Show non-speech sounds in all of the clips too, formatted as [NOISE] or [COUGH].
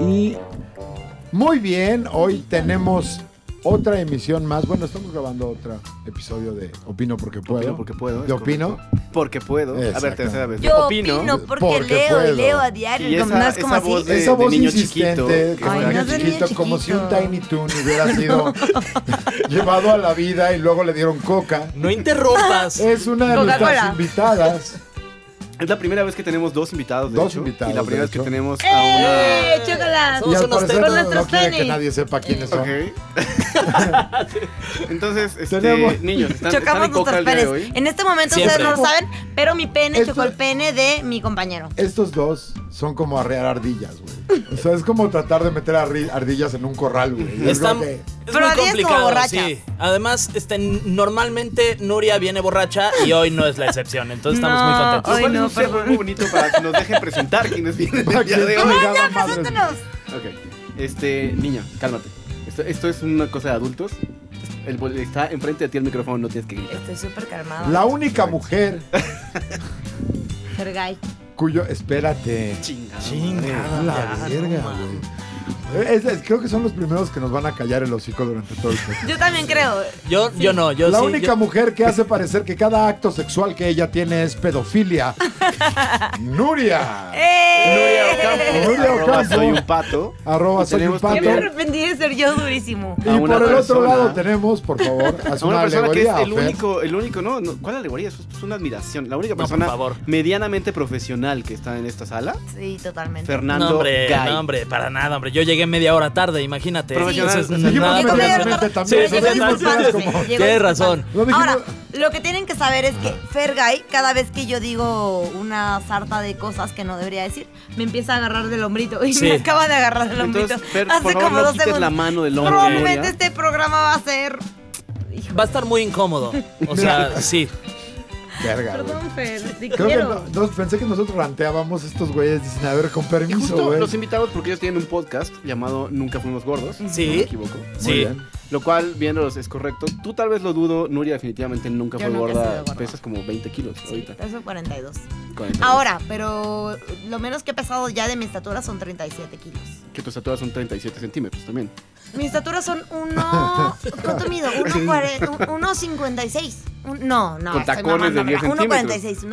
Y muy bien, hoy tenemos otra emisión más. Bueno, estamos grabando otro episodio de Opino porque puedo. Opino porque puedo, De es opino. Porque puedo. A ver, Exacto. tercera vez. Yo opino, porque, porque leo, puedo. y leo a diario, Y y esa- más como esa así. voz de- [LAUGHS] Esa voz niño insistente, chiquito. que Ay, está no, niño de niño chiquito, como si un chiquito. Tiny Toon hubiera [LAUGHS] sido llevado a la vida y luego le dieron coca. No [LAUGHS] interrumpas. Es una de nuestras Coca-Cola. invitadas. Es la primera vez que tenemos dos invitados, de Dos hecho, invitados, Y la de primera vez que hecho. tenemos a ¡Eh, chocolate! y Somos al parecer unos tenis. no, no Nuestros quiere que tenis. nadie sepa quiénes una. son. Ok. [LAUGHS] Entonces, este, Tenemos- niños, están, están Chocamos en coca nuestros el día de penes. hoy. En este momento Siempre. ustedes no lo saben, pero mi pene Esto- chocó el pene de mi compañero. Estos dos son como arrear ardillas, güey. O sea, es como tratar de meter arri- ardillas en un corral, güey. Es Está, como [LAUGHS] que- es Pero muy Adi es como complicado, borracha. sí. Además, este, normalmente Nuria viene borracha y hoy no es la excepción, entonces estamos muy No, contentos. Lo hoy- cual no, es un ser perdón. muy bonito para que nos dejen presentar quienes vienen Para el día que- de hoy. Ay, ¡Ay, ya, ya, madre. suéltanos! Ok. Este, niño, cálmate. Esto, esto es una cosa de adultos. El, bol- está enfrente de ti el micrófono, no tienes que gritar. Estoy súper calmado. La única mujer Fergay. cuyo... Espérate. Chingada. Chingada madre. la Ya, verga, no mames. güey. Es- es- creo que son los primeros que nos van a callar el hocico durante todo el podcast. [LAUGHS] Yo también creo. Yo, yo no, yo la sí, única yo- mujer que hace parecer que cada acto sexual que ella tiene es [LAUGHS] pedofilia. Nuria. ¡Eh! Nuria Nuria Ocampo. Ocampo. Soy un pato. Arroba Y soy un tenemos pato. Yo [LAUGHS] me también arrepentí de ser yo durísimo. Y A por una el otro persona. lado tenemos, por favor, haz A una una persona alegoría. que es el Fer. único, el único, no, no, ¿cuál alegoría? Eso es una admiración. La única No, por persona favor. medianamente profesional que está en esta sala, Sí, totalmente. Fernando No, hombre, Gay. no, hombre, para nada, hombre. Yo llegué media hora tarde, imagínate. Profesional. Entonces, Seguimos nada, Llegó medianamente nada, media nada. hora tarde, también, Sí, sí, pero no llegó dijimos disculpándose, cosas como- llegó Tienes razón. disculpándose. No dijimos- Ahora, lo que tienen que saber es que Fergay, cada vez que yo digo una sarta de cosas que no debería decir, me empieza a agarrar del hombrito. Y Sí. me acaba de agarrar del hombrito. Entonces, Fer, hace por favor, como no dos quites segundos. la mano del hombro. de Probablemente Nuria. este programa va a ser. Hijo, Va a estar [LAUGHS] muy incómodo. O sea, sí. Verga, güey. perdón, Fer, te Creo que no- quiero. no, pensé que nosotros ranteábamos estos güeyes. Dicen, a ver, con Y permiso, justo güey. los invitados, porque ellos tienen un podcast llamado Nunca Fuimos Gordos. Sí. si no me equivoco. Muy Sí. bien. Lo cual, viéndolos, es correcto. Tú tal vez lo dudo, Nuria definitivamente nunca Yo fue nunca he sido gorda. gorda. Pesas como 20 kilos Sí, ahorita. peso 42. Cuarenta. Ahora, pero lo menos que he pesado ya de mi estatura son 37 kilos. Que tus estaturas son 37 centímetros también. Mi estatura son [LAUGHS] uno. ¿Cuánto mido? 1,56. No, no. Con estoy tacones mamando, de 10 ¿verdad? centímetros.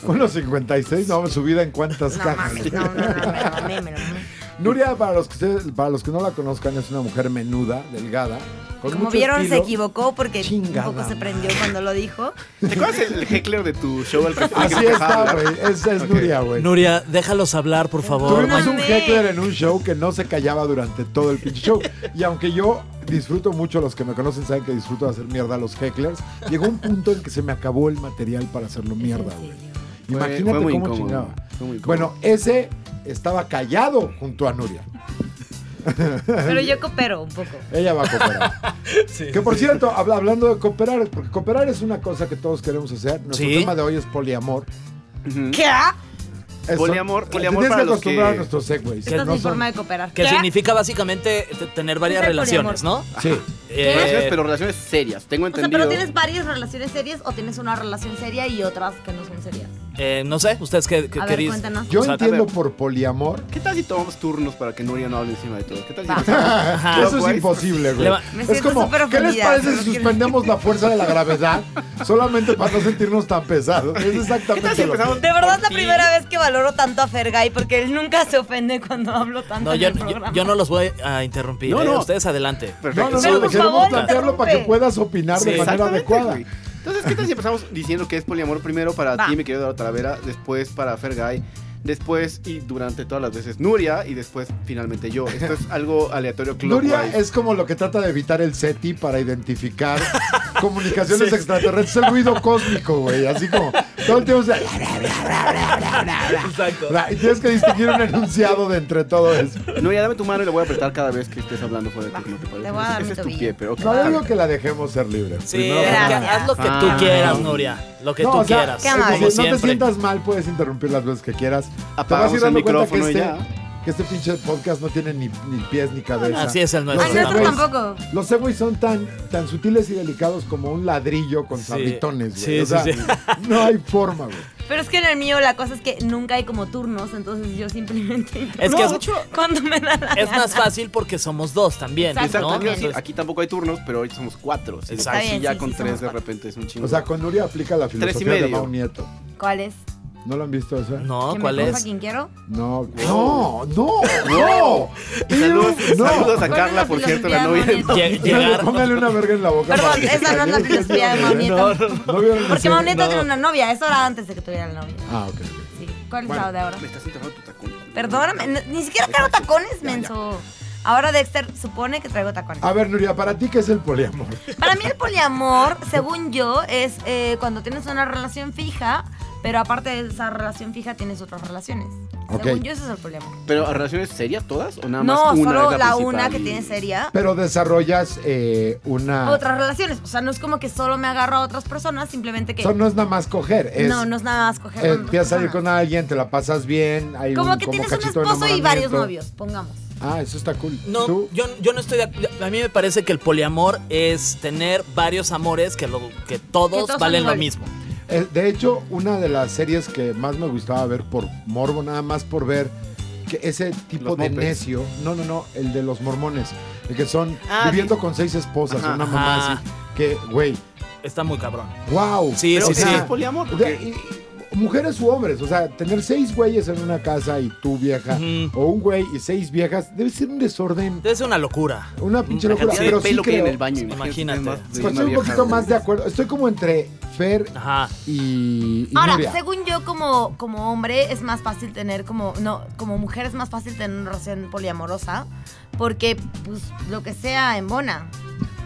1,46, 1,46. Unos 56, no, subida en cuántas No cajas. mames, no, no, no, me lo mamé, me lo mamé. Nuria, para los, que ustedes- para los que no la conozcan, es una mujer menuda, delgada. Con Como mucho vieron, se estilo. equivocó porque Chingada un poco se madre. prendió cuando lo dijo. ¿Te acuerdas el, el heckler de tu show al que al que Así empezaba? está, güey. Es, es Ok. Nuria, güey. Nuria, déjalos hablar, por favor. Tuvimos un Mañana. heckler en un show que no se callaba durante todo el pinche show. Y aunque yo disfruto mucho, los que me conocen saben que disfruto de hacer mierda a los hecklers, llegó un punto en que se me acabó el material para hacerlo mierda, güey. Fue- Imagínate fue muy cómo incómodo, chingaba. fue muy incómodo. Bueno, ese estaba callado junto a Nuria. Pero yo coopero un poco. Ella va a cooperar. Sí. Que por cierto, habla- hablando de cooperar, porque cooperar es una cosa que todos queremos hacer. Nuestro Sí. tema de hoy es poliamor. Ujú. ¿Qué? Eso- Poliamor- poliamor Tienes para que los acostumbrar que- a nuestros segways. Esta es no mi son- forma de cooperar. Que ¿Qué? significa básicamente t- tener varias Es el relaciones, ¿no? Sí. Eh, Relaciones, pero relaciones serias. Tengo O sea, entendido. pero tienes varias relaciones serias o tienes una relación seria y otras que no son serias. eh, no sé, ustedes qué, qué- A qué ver, dicen. cuéntanos. Yo O sea, entiendo a ver. por poliamor. ¿Qué tal si tomamos turnos para que Nuria no hable encima de todos? ¿Qué tal si Va. [LAUGHS] empezamos? Ajá. Eso es Clockwise? imposible, güey. Le va- Me Es siento como, súper ¿qué les ofendida, parece no si quiero- suspendemos la fuerza de la gravedad solamente para no sentirnos tan pesados? Es ¿Qué tal si exactamente lo empezamos? que... De verdad es la Sí. primera vez que valoro tanto a Fergay porque él nunca se ofende cuando hablo tanto No, en yo, el yo- programa. yo no los voy a interrumpir. No, eh, no. Ustedes adelante. No, Perfecto. no, Pero, no, por queremos favor, plantearlo para que interrumpe. puedas opinar de Sí, manera Exactamente, adecuada. güey. Entonces, ¿qué tal [LAUGHS] si empezamos diciendo que es poliamor primero para Va. ti, mi querido Eduardo Talavera, después para Fergay, después y durante todas las veces Nuria y después finalmente yo? Esto es algo aleatorio [LAUGHS] Nuria clockwise. es como lo que trata de evitar el SETI para identificar comunicaciones extraterrestres. Es el ruido cósmico, güey. Así como todo el tiempo. o sea, Exacto. y tienes que distinguir un enunciado de entre todo eso. Nuria, dame tu mano y la voy a apretar cada vez que estés hablando fuera de turno, ¿te parece? Te voy a dar Ese mi es tu tobillo. pie, pero ok. No, está yo digo bien. que la dejemos ser libre. Sí, Primero que haz nada. que- haz lo que tú Ah. quieras, Nuria. Lo que No, tú o sea, quieras. Qué es amable. como decir, no te siempre. sientas mal, puedes interrumpir las veces que quieras. Te vas a ir Apagamos el dando cuenta micrófono que y este- ya. que este pinche podcast no tiene ni, ni pies ni cabeza. Ah, Así es el nuestro. Los Ay, nosotros Segways- tampoco. Los Segways son tan, tan sutiles y delicados como un ladrillo con Sí. sabritones, güey. Sí, o sí, sea, sí. no hay forma, güey. Pero es que en el mío la cosa es que nunca hay como turnos, entonces yo simplemente. Es que es- [LAUGHS] Cuando me da la Es gana. más fácil porque somos dos también, Exacto. ¿no? Exacto, quiero decir, Entonces, aquí tampoco hay turnos, pero ahorita somos cuatro. Sí, Exacto. Sí, Está bien, ya sí, con sí, tres somos de cuatro. repente es un chingo. O sea, con Nuria aplica la y filosofía de medio. Mau Nieto. ¿Cuál es? ¿No lo han visto esa? No, ¿Que me ¿cuál coja es? quien quiero? No, no, no, no. Y saludos, Ew, [LAUGHS] no. saludos a ¿Cuál Carla, es la por cierto, la novia. filosofía de de- Mau [LAUGHS] Nieto? Lle- llegar. Póngale una verga en la boca. Perdón, para que [LAUGHS] esa no [LAUGHS] es la se calle. filosofía de Mau Nieto. No, no, no. ¿No vieron el Porque Mau cine? Nieto no. tiene una novia, eso era antes de que tuviera novia. Ah, ok. ok. Sí. ¿Cuál Bueno, es la de ahora? Me estás enterrando tu tacón. Perdóname, no- ni siquiera traigo tacones, menso. Ahora Dexter supone que traigo tacones. A ver, Nuria, ¿para ti qué es el poliamor? Para mí el poliamor, según yo, es eh, cuando tienes una relación fija, pero aparte de esa relación fija tienes otras relaciones. Ok. Según yo, ese es el poliamor. ¿Pero a relaciones serias todas o nada No, más una? solo es la, principal una que y- tiene seria. Pero desarrollas eh, una... Otras relaciones. O sea, no es como que solo me agarro a otras personas, simplemente que. Eso no es nada más coger, es... no, no es nada más coger. eh, con otras empiezas a salir con personas. alguien, te la pasas bien, hay Como un, que tienes un cachito de esposo y varios enamoramiento. novios, pongamos. Ah, eso está cool. No, ¿Tú? yo, yo no estoy de ac- A mí me parece que el poliamor es tener varios amores que, lo, que todos, Que todos valen son lo iguales. mismo. Eh, de hecho, una de las series que más me gustaba ver por morbo, nada más por ver que ese tipo Los de mopeds. necio, no, no, no, el de los mormones, el que son Ah, viviendo con seis esposas, Ajá. una mamá Ajá. así, que, güey, Está muy cabrón. wow. Sí, Pero sí, ese sí. es poliamor. O porque- sea, y- y- mujeres u hombres, o sea, tener seis güeyes en una casa y tú vieja, Ujú. o un güey y seis viejas, debe ser un desorden, Es una locura. una pinche La locura. cantidad Pero de sí pelo que hay creo, en el baño, Imagínate. más pues, de una estoy un vieja. poquito más de acuerdo. Estoy como entre Fer Ajá. y, y Ahora, Nuria. según yo, como, como hombre, es más fácil tener como. No, como mujer es más fácil tener una relación poliamorosa. Porque, pues, lo que sea en bona.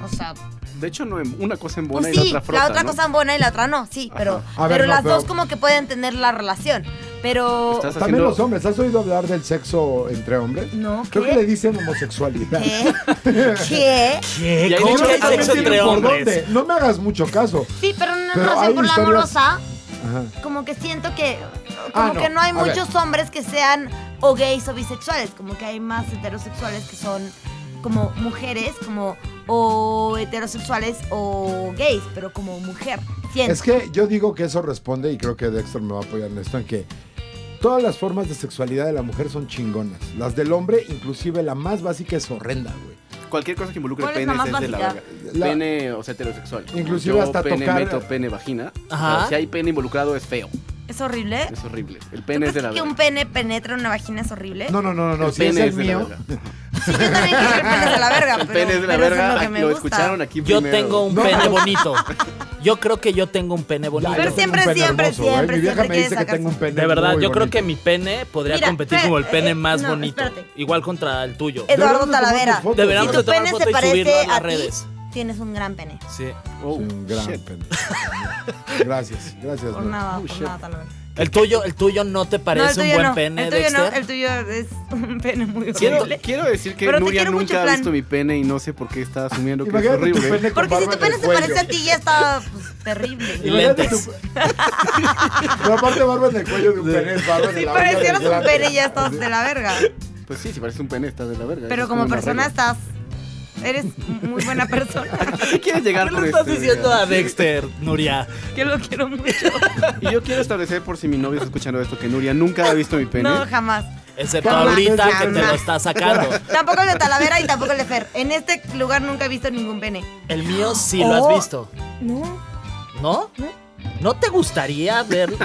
O sea, De hecho, no, em- una cosa en pues buena y sí, la otra frota, ¿no? cosa en bona y la otra no, sí, Ajá. pero, A ver, pero no, las pero- dos como que pueden tener la relación. Pero. Estás También haciendo... los hombres. ¿Has oído hablar del sexo entre hombres? No, ¿qué? Creo que le dicen homosexualidad. ¿Qué? [LAUGHS] ¿Qué? ¿Qué? Y ahí ¿Cómo dicho que hay que también sexo tiene entre por hombres? dónde. No me hagas mucho caso. Sí, pero una Pero hay relación por la historias- amorosa, Ajá. como que siento que. Como Ah, no, que no hay a ver. muchos hombres que sean o gays o bisexuales, como que hay más heterosexuales que son como mujeres, como o heterosexuales o gays, pero como mujer. Siento. Es que yo digo que eso responde, y creo que Dexter me va a apoyar en esto, en que todas las formas de sexualidad de la mujer son chingonas. Las del hombre, inclusive la más básica, es horrenda, güey. Cualquier cosa que involucre ¿Cuál es pene la es, más de la básica? verga. La- Pene, o sea, heterosexual. Inclusive Yo hasta pene tocar- meto, pene vagina. Ajá. O sea, si hay pene involucrado es feo. Es horrible. Es horrible. El ¿Tú pene crees es de la que verga. un pene penetra una vagina es horrible? No, no, no, no, no. El Si es pene el es de la mío. verga. Sí, yo también creo que el pene es de la [LAUGHS] verga, El pero, pene es de la pero eso verga. es lo que aquí- me Lo gusta. escucharon aquí Yo primero. tengo un No. pene bonito. Yo creo que yo tengo un pene bonito. Ya, Pero yo tengo un siempre, pene siempre, güey. siempre, Mi vieja siempre me dice quiere que tengo un pene. De verdad, muy yo creo bonito. que mi pene podría Mira, competir Fer, como el pene eh, más no, bonito. espérate. Igual contra el tuyo. Deberíamos Eduardo de tomar Talavera. tus fotos. Deberíamos Si tu de tomar pene foto se y subirlo parece a las a ti, redes. tienes un gran pene. Sí. Oh, Un [LAUGHS] gran shit. pene. Gracias, gracias. Por Nuria. nada, Oh, por shit. nada, tal vez. El tuyo, el tuyo no te No, el parece un tuyo buen no. pene, el tuyo no, Dexter. el tuyo es un pene muy Quiero, horrible. quiero decir que Pero te Nuria quiero mucho, nunca ha Fran. visto mi pene y no sé por qué está asumiendo que es Imagínate tu horrible. pene con Porque si barba tu en el pene se cuello. parece a ti ya está pues, terrible. Y Y lentes. lentes. [LAUGHS] Pero aparte barba en el cuello de un pene, es barba en Si la orilla parecieras del un grande. pene ya estás de la verga. Pues sí, si parece un pene está de la verga. Pero Es como una persona regla. estás... Eres muy buena persona. [LAUGHS] ¿Qué quieres llegar ¿Qué con le estás este, diciendo verga? a Dexter, Nuria? Que lo quiero mucho. Y yo quiero establecer por si mi novio está escuchando esto que Nuria nunca ha visto mi pene. No, jamás. Excepto Jamás, ahorita que te jamás. lo está sacando. Tampoco el de Talavera y tampoco el de Fer. En este lugar nunca he visto ningún pene. El mío sí lo has Oh. visto. No. ¿No? No. ¿No te gustaría ver? No,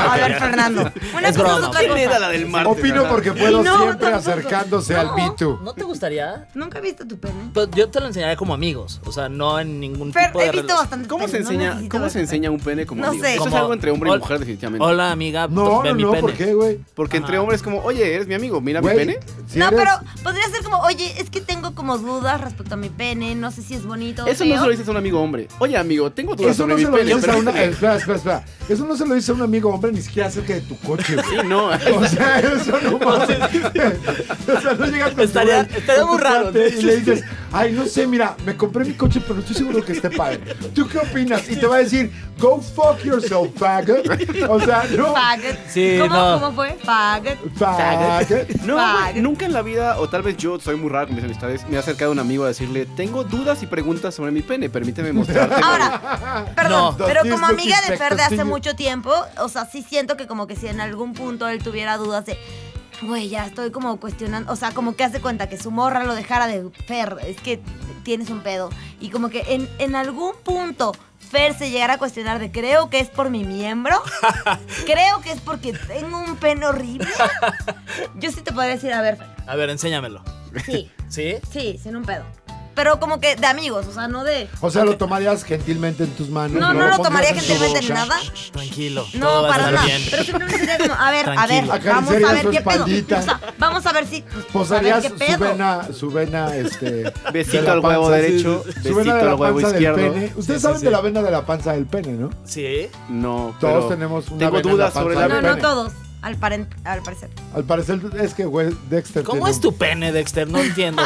a [LAUGHS] ver, Fernando. Una Es cosa es broma, otra pero- ¿Quién era cosa. la del martes? Opino verdad? porque puedo No, siempre tampoco. acercándose al No. B2. ¿No te gustaría? Nunca he visto tu pene. Pues yo te lo enseñaría como amigos, o sea, no en ningún Fer, tipo de he visto relación. bastante. ¿Cómo se enseña, ¿cómo se enseña un pene como No amigo? sé. Eso es Como- algo entre hombre y Hola. mujer, definitivamente. Hola, amiga, No, ve no, mi no, pene. ¿por qué, güey? Porque entre Ajá. hombres es como, oye, eres mi amigo, mira mi Güey, pene. si No, eres- pero podría ser como, oye, es que tengo como dudas respecto a mi pene, no sé si es bonito o Eso no feo. se lo dices a un amigo hombre. Oye, amigo, tengo dudas Eso sobre no mi se lo pene. dices pero- [LAUGHS] a una, el espera, espera, espera. Eso no se lo dice a un amigo hombre, ni siquiera acerca de tu coche, güey. Sí, [LAUGHS] no. O sea, eso [LAUGHS] no pasa. O sea, no llegas con tu Estaría- güey, con estaría tu muy raro, cuate ¿no? Y le dices, ay, no sé, mira, me compré mi coche, pero estoy seguro que esté padre. ¿Tú qué opinas? Y te va a decir, go fuck yourself, faggot. O sea, no. Faggot. Sí, ¿Cómo, no. ¿Cómo fue? Faggot. Faggot. No, Fuck. güey, nunca en la vida, o tal vez yo soy muy raro con mis amistades, me ha acercado un amigo a decirle, tengo dudas y preguntas sobre mi pene, permíteme [LAUGHS] mostrarte. Ahora, [LAUGHS] perdón, No. pero Don't como use amiga de disrespect, Fer de hace continue. mucho tiempo, o sea, sí siento que como que si en algún punto él tuviera dudas de, güey, ya estoy como cuestionando, o sea, como que hace cuenta que su morra lo dejara de Fer, es que tienes un pedo. Y como que en, en algún punto Fer se llegara a cuestionar de, creo que es por mi [LAUGHS] miembro, creo que es porque tengo un pene horrible. Yo sí te podría decir, a ver, Fer, A ver, enséñamelo. sí, ¿Sí? sí, sin un pedo. Pero como que de amigos, o sea, no de... O sea, lo tomarías gentilmente en tus manos. No, no lo pondrías tomaría en tu gentilmente ni boca. nada. Shh, Tranquilo. todo No, va a para estar nada. bien. Pero simplemente sería como, a ver, a ver, Tranquilo. vamos a Acariciaría ver su qué espaldita. pedo. O sea, vamos a ver si. pues, a ver Posarías qué su pedo. vena, su vena, este. de Besito la al huevo panza, sí, derecho, sí, sí. Su besito vena de la al huevo panza del izquierdo. pene. Ustedes Sí, sí, saben sí. de la vena de la panza del pene, ¿no? Sí. No, Todos pero tenemos una Tengo vena en dudas la sobre panza la del No, pene. vena. no todos. Al, paren- al parecer. Al parecer es que, güey, Dexter. ¿Cómo tiene es tu pene, Dexter? No [LAUGHS] entiendo.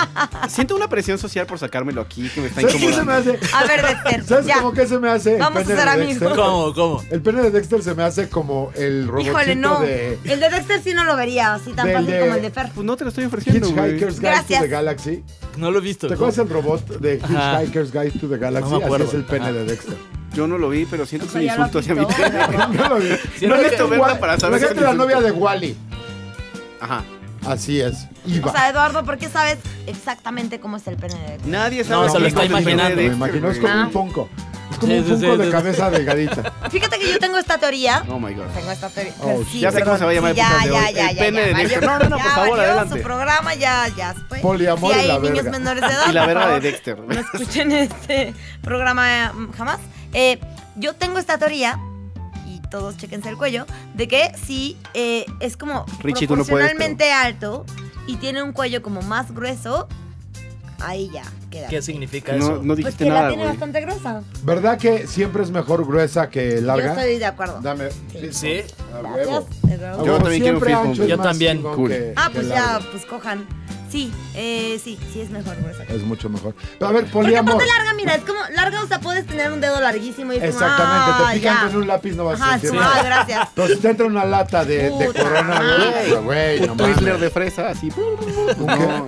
Siento una presión social por sacármelo aquí que me está ¿Sabes qué se me incomodando. hace? A ver, Dexter, ¿Sabes ya. cómo que se me hace? el Vamos a pene ser de amigos. Dexter? ¿Cómo? ¿Cómo? El pene de Dexter se me hace como el robotito Híjole, no. de El de Dexter sí no lo vería así tan Del fácil de- como el de Fer. Pues no te lo estoy ofreciendo, güey. Hitchhiker's Guide to Gracias. the Galaxy. No lo he visto. ¿Te acuerdas el robot de Ajá. Hitchhiker's Guide to the Galaxy? No Así me acuerdo. es el pene Ajá. de [LAUGHS] Dexter. Yo no lo vi, pero siento que O sea, un ya lo insulto hacia mi quitó. pene. No lo vi. Cierto Imagínate que verla Wa- para saber si es imagínate la un novia de Wally. Ajá. Así es. Iva. O sea, Eduardo, ¿por qué sabes exactamente cómo es el pene de Dexter? Nadie sabe No, se si lo es está el pene de imaginando. me Dexter, imagino, es güey. como Ah. un punco. Es como Sí, un sí, sí, punco de sí. cabeza delgadita. Fíjate que yo tengo esta teoría. Oh my god. Tengo esta teoría. Oh, sí, ya sé perdón. cómo se va a llamar el Sí, ya, podcast de ya, hoy. ya, El ya, pene ya, de valió- Dexter. No, no, no, ya por favor, valió adelante. su programa ya, ya fue. Poliamor Si y hay la niños verga. menores de edad. Y la por verga de favor, Dexter. No escuchen [LAUGHS] este programa eh, jamás. Eh, yo tengo esta teoría, y todos chequense el cuello, de que si eh, es como Richie, tú no puedes, proporcionalmente alto y tiene un cuello como más grueso, ahí ya queda. ¿Qué significa No, eso? no pues dijiste que la nada, tiene güey. bastante gruesa. ¿Verdad que siempre es mejor gruesa que larga? Yo estoy de acuerdo. Dame. Sí. A Gracias, huevo. Eduardo. A Yo huevo, también quiero siempre fist bump. ancho es Yo más también. chingón Cool. que- Ah, que pues ya, largo. pues cojan. Sí, eh, sí, sí es mejor gruesa. Es mucho mejor. Pero a ver, Porque poliamor. aparte larga, mira, es como larga, o sea, puedes tener un dedo larguísimo y es como, Exactamente, ah, te pican ya. con un lápiz, no vas a Ajá, sentir sí, nada. ah, gracias. Pero si te entra una lata de, de Puta corona, madre. güey, pues, güey, no Un Twizzler mames. de fresa, así. No, qué?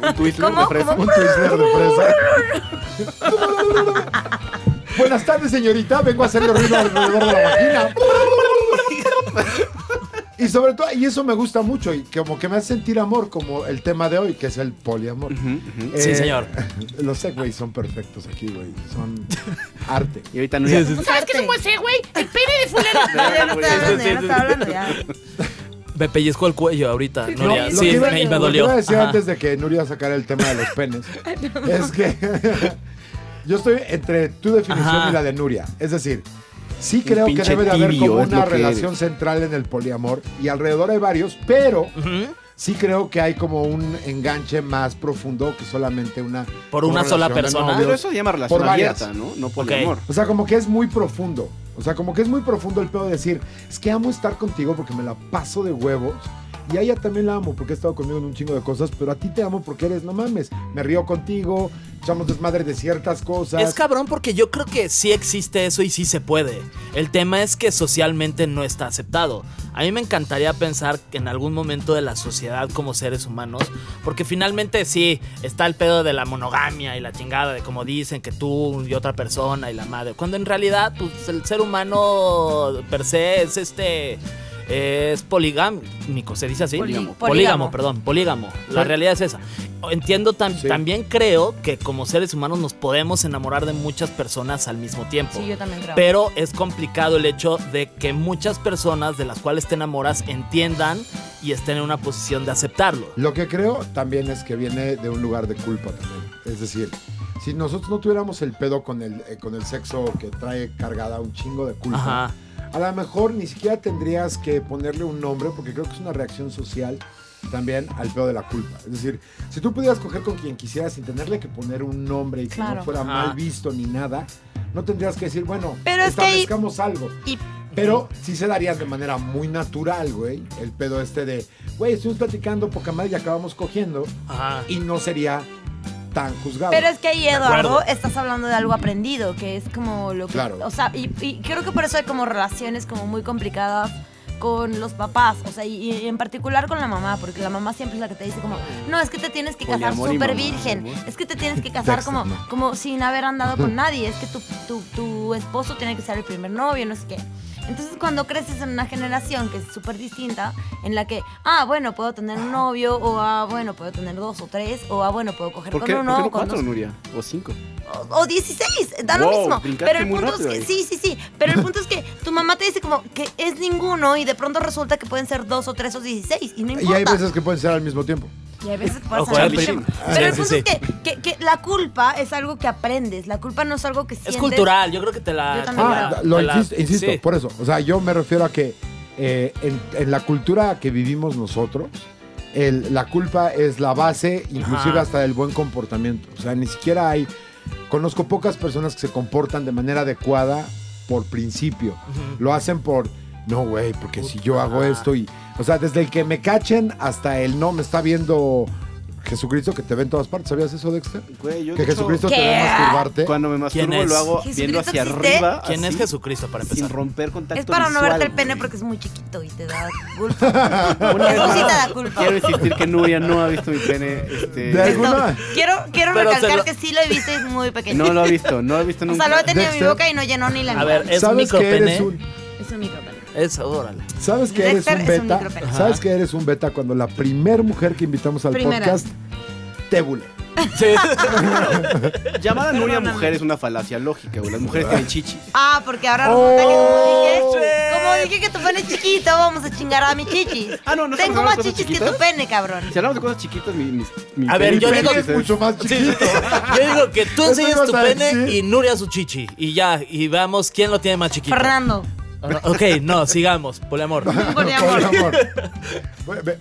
un Twizzler ¿Cómo? de fresa. Un Twizzler de fresa. [LAUGHS] Buenas tardes, señorita. Vengo a hacerle ruido alrededor de la vagina. Y sobre todo, y eso me gusta mucho, y como que me hace sentir amor, como el tema de hoy, que es el poliamor. Ujú, ujú. Sí, Eh, señor. [LAUGHS] Los segways son perfectos aquí, güey. [LAUGHS] Son arte. Y ahorita no ya- Sí, sí, ¿Sabes qué es un ese, güey? El pene de [LAUGHS] fulano. Ya no está hablando, ya no está hablando, ya. Me pellizcó el cuello ahorita, Nuria. No, lo sí, que iba- me, y lo me que dolió. iba a decir Ajá. antes de que Nuria sacara el tema de los [LAUGHS] penes es que [LAUGHS] yo estoy entre tu definición Ajá. y la de Nuria. Es decir, sí creo que pinche debe de haber tibio, como es lo una que relación eres. central en el poliamor y alrededor hay varios, pero Ujú. sí creo que hay como un enganche más profundo que solamente una Por una relación sola de persona. novios. Pero eso se llama relación Por varias. abierta, ¿no? No por Ok. amor. O sea, como que es muy profundo. O sea, como que es muy profundo el pedo de decir, es que amo estar contigo porque me la paso de huevos. Y a ella también la amo porque ha estado conmigo en un chingo de cosas, pero a ti te amo porque eres, no mames, me río contigo, echamos desmadre de ciertas cosas. Es cabrón porque yo creo que sí existe eso y sí se puede. El tema es que socialmente no está aceptado. A mí me encantaría pensar que en algún momento de la sociedad como seres humanos, porque finalmente sí está el pedo de la monogamia y la chingada de como dicen que tú y otra persona y la madre, cuando en realidad pues, el ser humano per se es este es poligámico, se dice así. Polígamo. polígamo perdón, polígamo. La Sí. realidad es esa. Entiendo tam- Sí. también creo que como seres humanos nos podemos enamorar de muchas personas al mismo tiempo. Sí, yo también creo. pero es complicado el hecho de que muchas personas de las cuales te enamoras entiendan y estén en una posición de aceptarlo. Lo que creo también es que viene de un lugar de culpa también. Es decir, si nosotros no tuviéramos el pedo con el, eh, con el sexo que trae cargada un chingo de culpa, Ajá. A lo mejor ni siquiera tendrías que ponerle un nombre porque creo que es una reacción social también al pedo de la culpa. Es decir, si tú pudieras coger con quien quisieras sin tenerle que poner un nombre y que no Claro. fuera Ajá. mal visto ni nada, no tendrías que decir, bueno, Pero es que ahí- establezcamos algo. Y Pero sí se daría de manera muy natural, güey, el pedo este de, güey, estuvimos platicando poca madre y acabamos cogiendo. Ajá. Y no sería tan juzgado. Pero es que ahí, Eduardo, acuerdo. estás hablando de algo aprendido, que es como lo que... Claro. O sea, y, y creo que por eso hay como relaciones como muy complicadas con los papás, o sea, y, y en particular con la mamá, porque la mamá siempre es la que te dice como, no, es que te tienes que casar Poliamor y súper mamá, virgen, ¿no? es que te tienes que casar Dexter, como, ¿no? como sin haber [LAUGHS] andado con nadie, es que tu, tu, tu esposo tiene que ser el primer novio, no sé qué. Entonces cuando creces en una generación que es súper distinta, en la que, ah, bueno, puedo tener un novio, o ah, bueno, puedo tener dos o tres, o ah, bueno, puedo coger ¿Por con qué, uno por qué o no con cuatro, dos. Nuria? ¿O cinco? O, o 16, da lo Wow, mismo. brincaste Pero el muy punto es rápido que, ahí. sí, sí, sí. Pero el punto es que tu mamá te dice como que es ninguno y de pronto resulta que pueden ser dos o tres o 16 y no importa. y hay veces que pueden ser al mismo tiempo. Y hay veces que pasa O jugar el al tema. prim- Pero el Sí, punto sí, es que, que- que la culpa es algo que aprendes. La culpa no es algo que sientes. Es cultural, yo creo que te Yo la. también te Ah, la- Claro. lo te la- insisto, insisto, sí. por eso. O sea, yo me refiero a que eh, en, en la cultura que vivimos nosotros, el- la culpa es la base, inclusive Ajá. hasta del buen comportamiento. O sea, ni siquiera hay. Conozco pocas personas que se comportan de manera adecuada por principio. Ujú. Lo hacen por. No, güey, porque si yo hago Ajá. esto y. O sea, desde el que me cachen hasta el no me está viendo Jesucristo que te ve en todas partes. ¿Sabías eso, Dexter? Güey, yo Que de hecho, Jesucristo te ¿Qué? ve masturbarte. [LAUGHS] Cuando me ¿Quién masturbo es? lo hago ¿Jesucristo viendo hacia existe? arriba. Ah, ¿Quién es así, Jesucristo para Sin empezar? romper contacto Es para no visual, verte el pene güey. porque es muy chiquito y [LAUGHS] te da culpa. Una vez Eso sí te más, da culpa. Quiero insistir que Nuria no ha visto mi [LAUGHS] pene. Este, De No, alguna- quiero quiero Pero recalcar se lo- que sí lo he visto y es muy pequeño. No lo ha visto, no lo ha visto o nunca. sea, lo he tenido en mi Dexter. boca y no llenó ni la A ver, mitad. es ¿Sabes que eres micropene. un, Es un micropene. Es, [LAUGHS] órale. ¿Sabes que eres Dexter un es un beta? micropene. ¿Sabes que eres un beta cuando la primer mujer que invitamos al Primera. podcast te bule? Sí. Llamar [LAUGHS] a Nuria Perdóname. mujer es una falacia lógica, güey. Las mujeres tienen chichis. Ah, porque ahora Oh, resulta que como dije, shit. como dije que tu pene es chiquito, vamos a chingar a mi chichis. [LAUGHS] Ah, no, no estamos Tengo hablando más de cosas chichis que chiquitas. tu pene, cabrón. Si hablamos de cosas chiquitas, mi. mis- mi A ver, pene- yo mi pene digo- es- es- más Sí, sí, sí. Yo digo que tú Eso enseñas ibas tu a pene decir. y Nuria su chichi. Y ya, y veamos quién lo tiene más chiquito. Fernando. Ok, no, sigamos, poliamor. Ah, [LAUGHS] Por mi amor. Por [LAUGHS] amor. Ve- ve-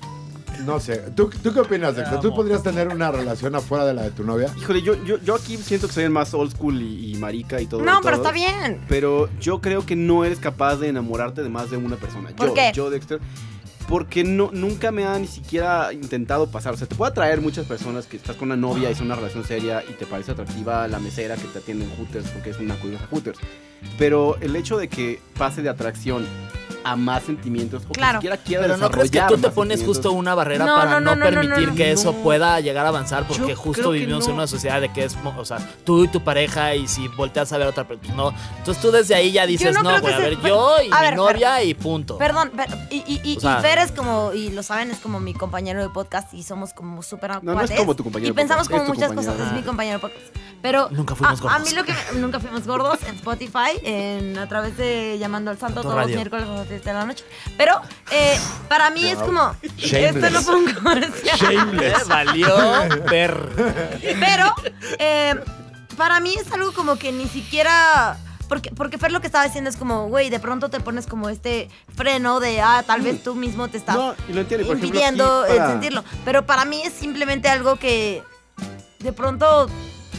No sé, ¿tú, tú qué opinas, Dexter? ¿Tú podrías tener una relación afuera de la de tu novia? Híjole, yo, yo, yo aquí siento que soy el más old school y, y marica y todo. No, y pero todo. está bien. Pero yo creo que no eres capaz de enamorarte de más de una persona. ¿Por yo, qué? yo, Dexter. Porque no, nunca me ha ni siquiera intentado pasar. O sea, te puede atraer muchas personas que estás con una novia, es una relación seria y te parece atractiva la mesera que te atiende en Hooters porque es una cuida Hooters. Pero el hecho de que pase de atracción a más sentimientos o Claro. que siquiera quiera Pero no crees que desarrollar tú te más pones sentimientos. justo una barrera No, para no, no, no, no, no, permitir no, no. que eso No. pueda llegar a avanzar, porque Yo justo creo que vivimos no. en una sociedad de que es, mo- o sea, tú y tu pareja, y si volteas a ver a otra persona, no. Entonces tú desde ahí ya dices, no no, creo güey, a que se- ver, yo y A mi ver, novia y punto. Perdón, pero- y, y, y, O sea- y Fer es como, y lo saben, es como mi compañero de podcast y somos como súper no es cuates. como tu compañero Y de pensamos podcast, como es tu muchas compañero. cosas, es mi compañero de podcast. Pero Nunca fuimos Ah, a, a gordos. mí lo que me- nunca fuimos gordos en Spotify, en, a través de Llamando al Santo Santo todos Radio. los miércoles a las 7 de la noche. Pero eh, para mí es Wow. como, esto Shameless. no fue un comercial. Eh, [LAUGHS] [LAUGHS] Valió ver. Pero eh, para mí es algo como que ni siquiera. Porque, porque Fer lo que estaba diciendo es como, güey, de pronto te pones como este freno de, ah, tal vez tú mismo te estás No, y lo entiendo. y por ejemplo, impidiendo aquí eh, para- sentirlo. Pero para mí es simplemente algo que de pronto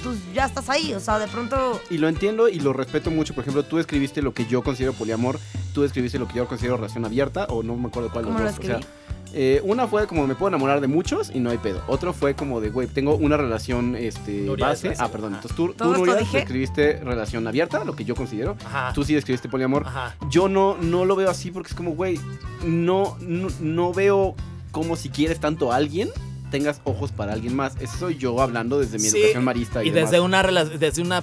tú ya estás ahí. O sea, de pronto. Y lo entiendo y lo respeto mucho. Por ejemplo, tú escribiste lo que yo considero poliamor, tú escribiste lo que yo considero relación abierta, o no me acuerdo cuál de ¿Cómo los lo dos. O sea, escribí? eh, una fue como me puedo enamorar de muchos y no hay pedo. Otro fue como de, güey, tengo una relación este, Nuria, base. base. Ah, perdón. Ajá. Entonces tú, tú ¿Todo esto Nuria, dije? tú escribiste relación abierta, lo que yo considero. Ajá. Tú sí escribiste poliamor. Ajá. Yo no, no lo veo así porque es como, güey, no, no, no veo como si quieres tanto a alguien, tengas ojos para alguien más. Eso soy yo hablando desde mi Sí, educación marista. Y, Y desde demás. una rela- desde una,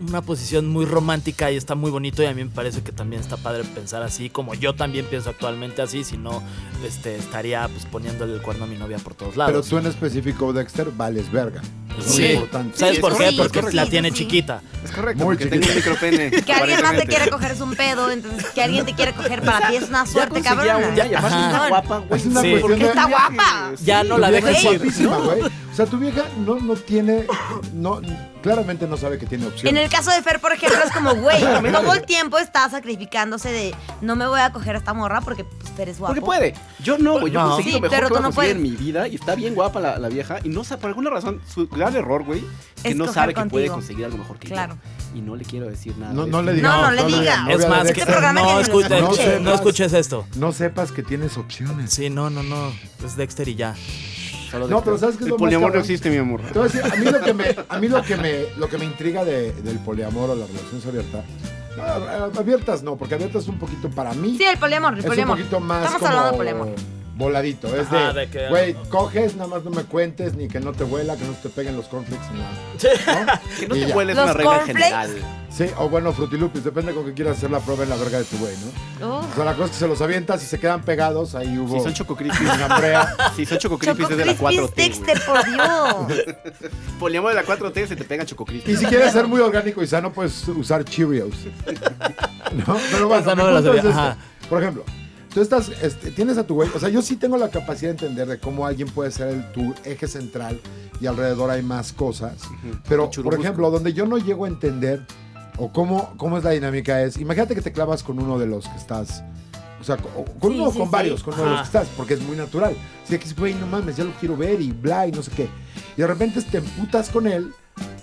una posición muy romántica y está muy bonito y a mí me parece que también está padre pensar así, como yo también pienso actualmente así, si no este, estaría pues poniéndole el cuerno a mi novia por todos Pero lados. tú en específico, Dexter, vales verga. Es muy Sí. importante. ¿Sabes Sí, por es qué? correcto, Porque es la correcto. tiene Sí, sí, sí. chiquita. Es correcto, Muy porque tengo un micropene. [LAUGHS] Que alguien más te aparentemente. quiera coger es un pedo, entonces que alguien te quiera coger para ti es una Ya suerte, conseguí a cabrón. un- Ya, y aparte Ajá. está guapa, güey. Es una Sí. cuestión Porque de- está guapa. Ya no Tu la vieja dejes es ir. guapísima, güey. O sea, tu vieja no, no tiene. No, claramente no sabe que tiene opción. En el caso de Fer, por ejemplo, es como, güey, todo el tiempo está sacrificándose de no me voy a coger a esta morra porque pues, Fer es guapo. Porque puede. Yo no, güey. Yo No. he conseguido Sí, mejor pero que tú voy a no conseguir en puedes. mi vida y está bien guapa la, la vieja. Y no sabe, por alguna razón, su gran error, güey, es que Es no coger sabe que puede contigo. conseguir algo mejor que yo. Claro. Y no le quiero decir nada. No, de no esto. le digas. no le le diga. Este no Es le más, hagas que esto. programa que no, ni lo escuches- escuches. no escuches esto. No sepas que tienes opciones. Sí, no, no, no. Es Dexter y ya. Solo No, de- pero ¿sabes qué es El lo más poliamor no cabrón? existe, mi amor. Te voy a decir, a mí lo que me, a mí lo que me, lo que me intriga de- del poliamor o las relaciones abiertas, no, a- Ah, abiertas no, porque abiertas es un poquito para mí, Sí, el poliamor, el es un poliamor. poquito más Estamos hablando de poliamor. como voladito, es Ajá, de, de que- güey, coges, nada más no me cuentes, ni que no te huela, que no se te peguen los cornflakes, ni nada, ¿no? Que no Y te ya. huele es Los una regla en cornflakes. general. Sí, o bueno, frutilupis, depende con que quieras hacer la prueba en la verga de tu güey, ¿no? Uf. O sea, la cosa es que se los avientas y se quedan pegados, ahí hubo Si son chococrispis, una prea. si son chococrispis Choco es de la Crispis 4T. güey. Dexter, por Dios. Poliamor de la 4T se te pega Y chococrispis. si quieres ser muy orgánico y sano, puedes usar [LAUGHS] Cheerios. ¿No? Pero bueno, Esa no mi me la punto sabía, es este. ajá. Por ejemplo, tú estás, este, tienes a tu güey. O sea, yo sí tengo la capacidad de entender de cómo alguien puede ser el- tu eje central y alrededor hay más cosas. Pero, Tu por churubusco. ejemplo, donde yo no llego a entender o cómo, cómo es la dinámica es, imagínate que te clavas con uno de los que estás. O sea, co- o- con Sí, uno o sí, con sí. varios, con uno de los que Ajá. estás, porque es muy natural. Si aquí, güey, no mames, ya lo quiero ver y bla y no sé qué. Y de repente te emputas con él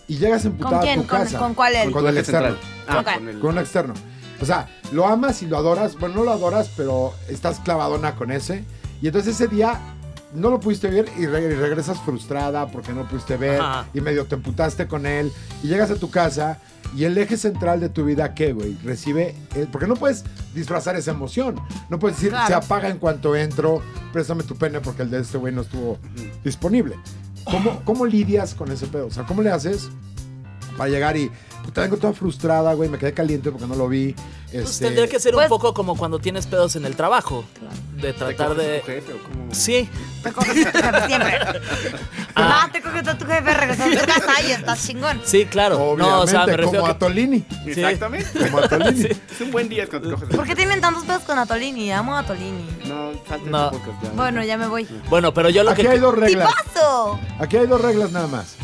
y llegas emputada ¿Con a quién? tu ¿Con, casa. con cuál él? Con tu el eje externo. central. Ah, Ok. con el- Con un externo. O sea, lo amas y lo adoras. Bueno, no lo adoras, pero estás clavadona con ese. Y entonces ese día no lo pudiste ver y, re- y regresas frustrada porque no pudiste ver. Ajá. Y medio te emputaste con él. Y llegas a tu casa y el eje central de tu vida, ¿qué, güey? Recibe. eh, porque no puedes disfrazar esa emoción. No puedes decir, Claro. se apaga en cuanto entro, préstame tu pene porque el de este güey no estuvo disponible. ¿Cómo, ¿Cómo lidias con ese pedo? O sea, ¿cómo le haces para llegar y puta, vengo toda frustrada, güey, me quedé caliente porque no lo vi. Pues este, tendría que ser Pues- un poco como cuando tienes pedos en el trabajo. De ¿Te tratar coges a tu de. jefe o cómo? Sí, Te coges a tu jefe siempre. Ah, te coges a tu jefe, regresas a tu casa y estás chingón. sí, claro. Obviamente, No, o sea, me refiero como a a Tolini. Sí. Exactamente. Como a Tolini. Es un buen día cuando te coges. ¿Por qué tienen tantos pedos con Atolini? Amo a Atolini. No, salte No. de podcast ya. Bueno, ya me voy. Bueno, pero yo lo Aquí hay que. dos reglas. ¡Tipazo! Aquí hay dos reglas nada más.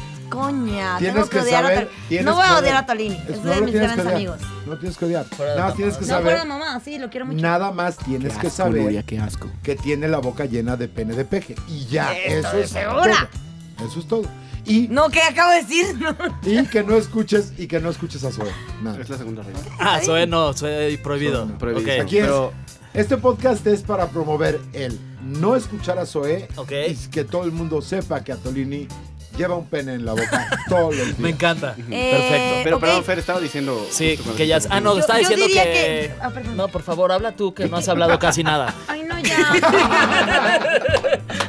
Tienes Coña, Ah, tengo que que odiar saber- a Tolini. tienes No voy que a odiar- odiar a Tolini. Es no de lo mis tienes que grandes odiar. amigos. No tienes que odiar. Fuera de Nada más la tienes que No, fuera de saber. mamá, sí, lo quiero mucho. Nada más tienes que saber qué asco. que tiene la boca llena de pene de peje. Y ya, Esto eso de es segura. todo. Eso es todo. Y, No, ¿qué acabo de decir? [LAUGHS] No. y que no escuches y que no escuches a Zoe. [LAUGHS] Nada. Es la segunda regla. Eh, Ah, soy no, soy prohibido. Zoe no. Prohibido. Ok. Aquí es. Pero- Este podcast es para promover el no escuchar a Zoe Ok. y que todo el mundo sepa que Atolini lleva un pene en la boca todos los días. Me encanta. Eh, Perfecto. Pero ok. perdón, Fer, estaba diciendo. Sí, justo cuando que ya. te Ah, no, Yo- estaba yo diciendo diría que. que- ah, perdón. No, por favor, habla tú, que no has hablado [LAUGHS] casi nada. Ay, [LAUGHS] no, ya.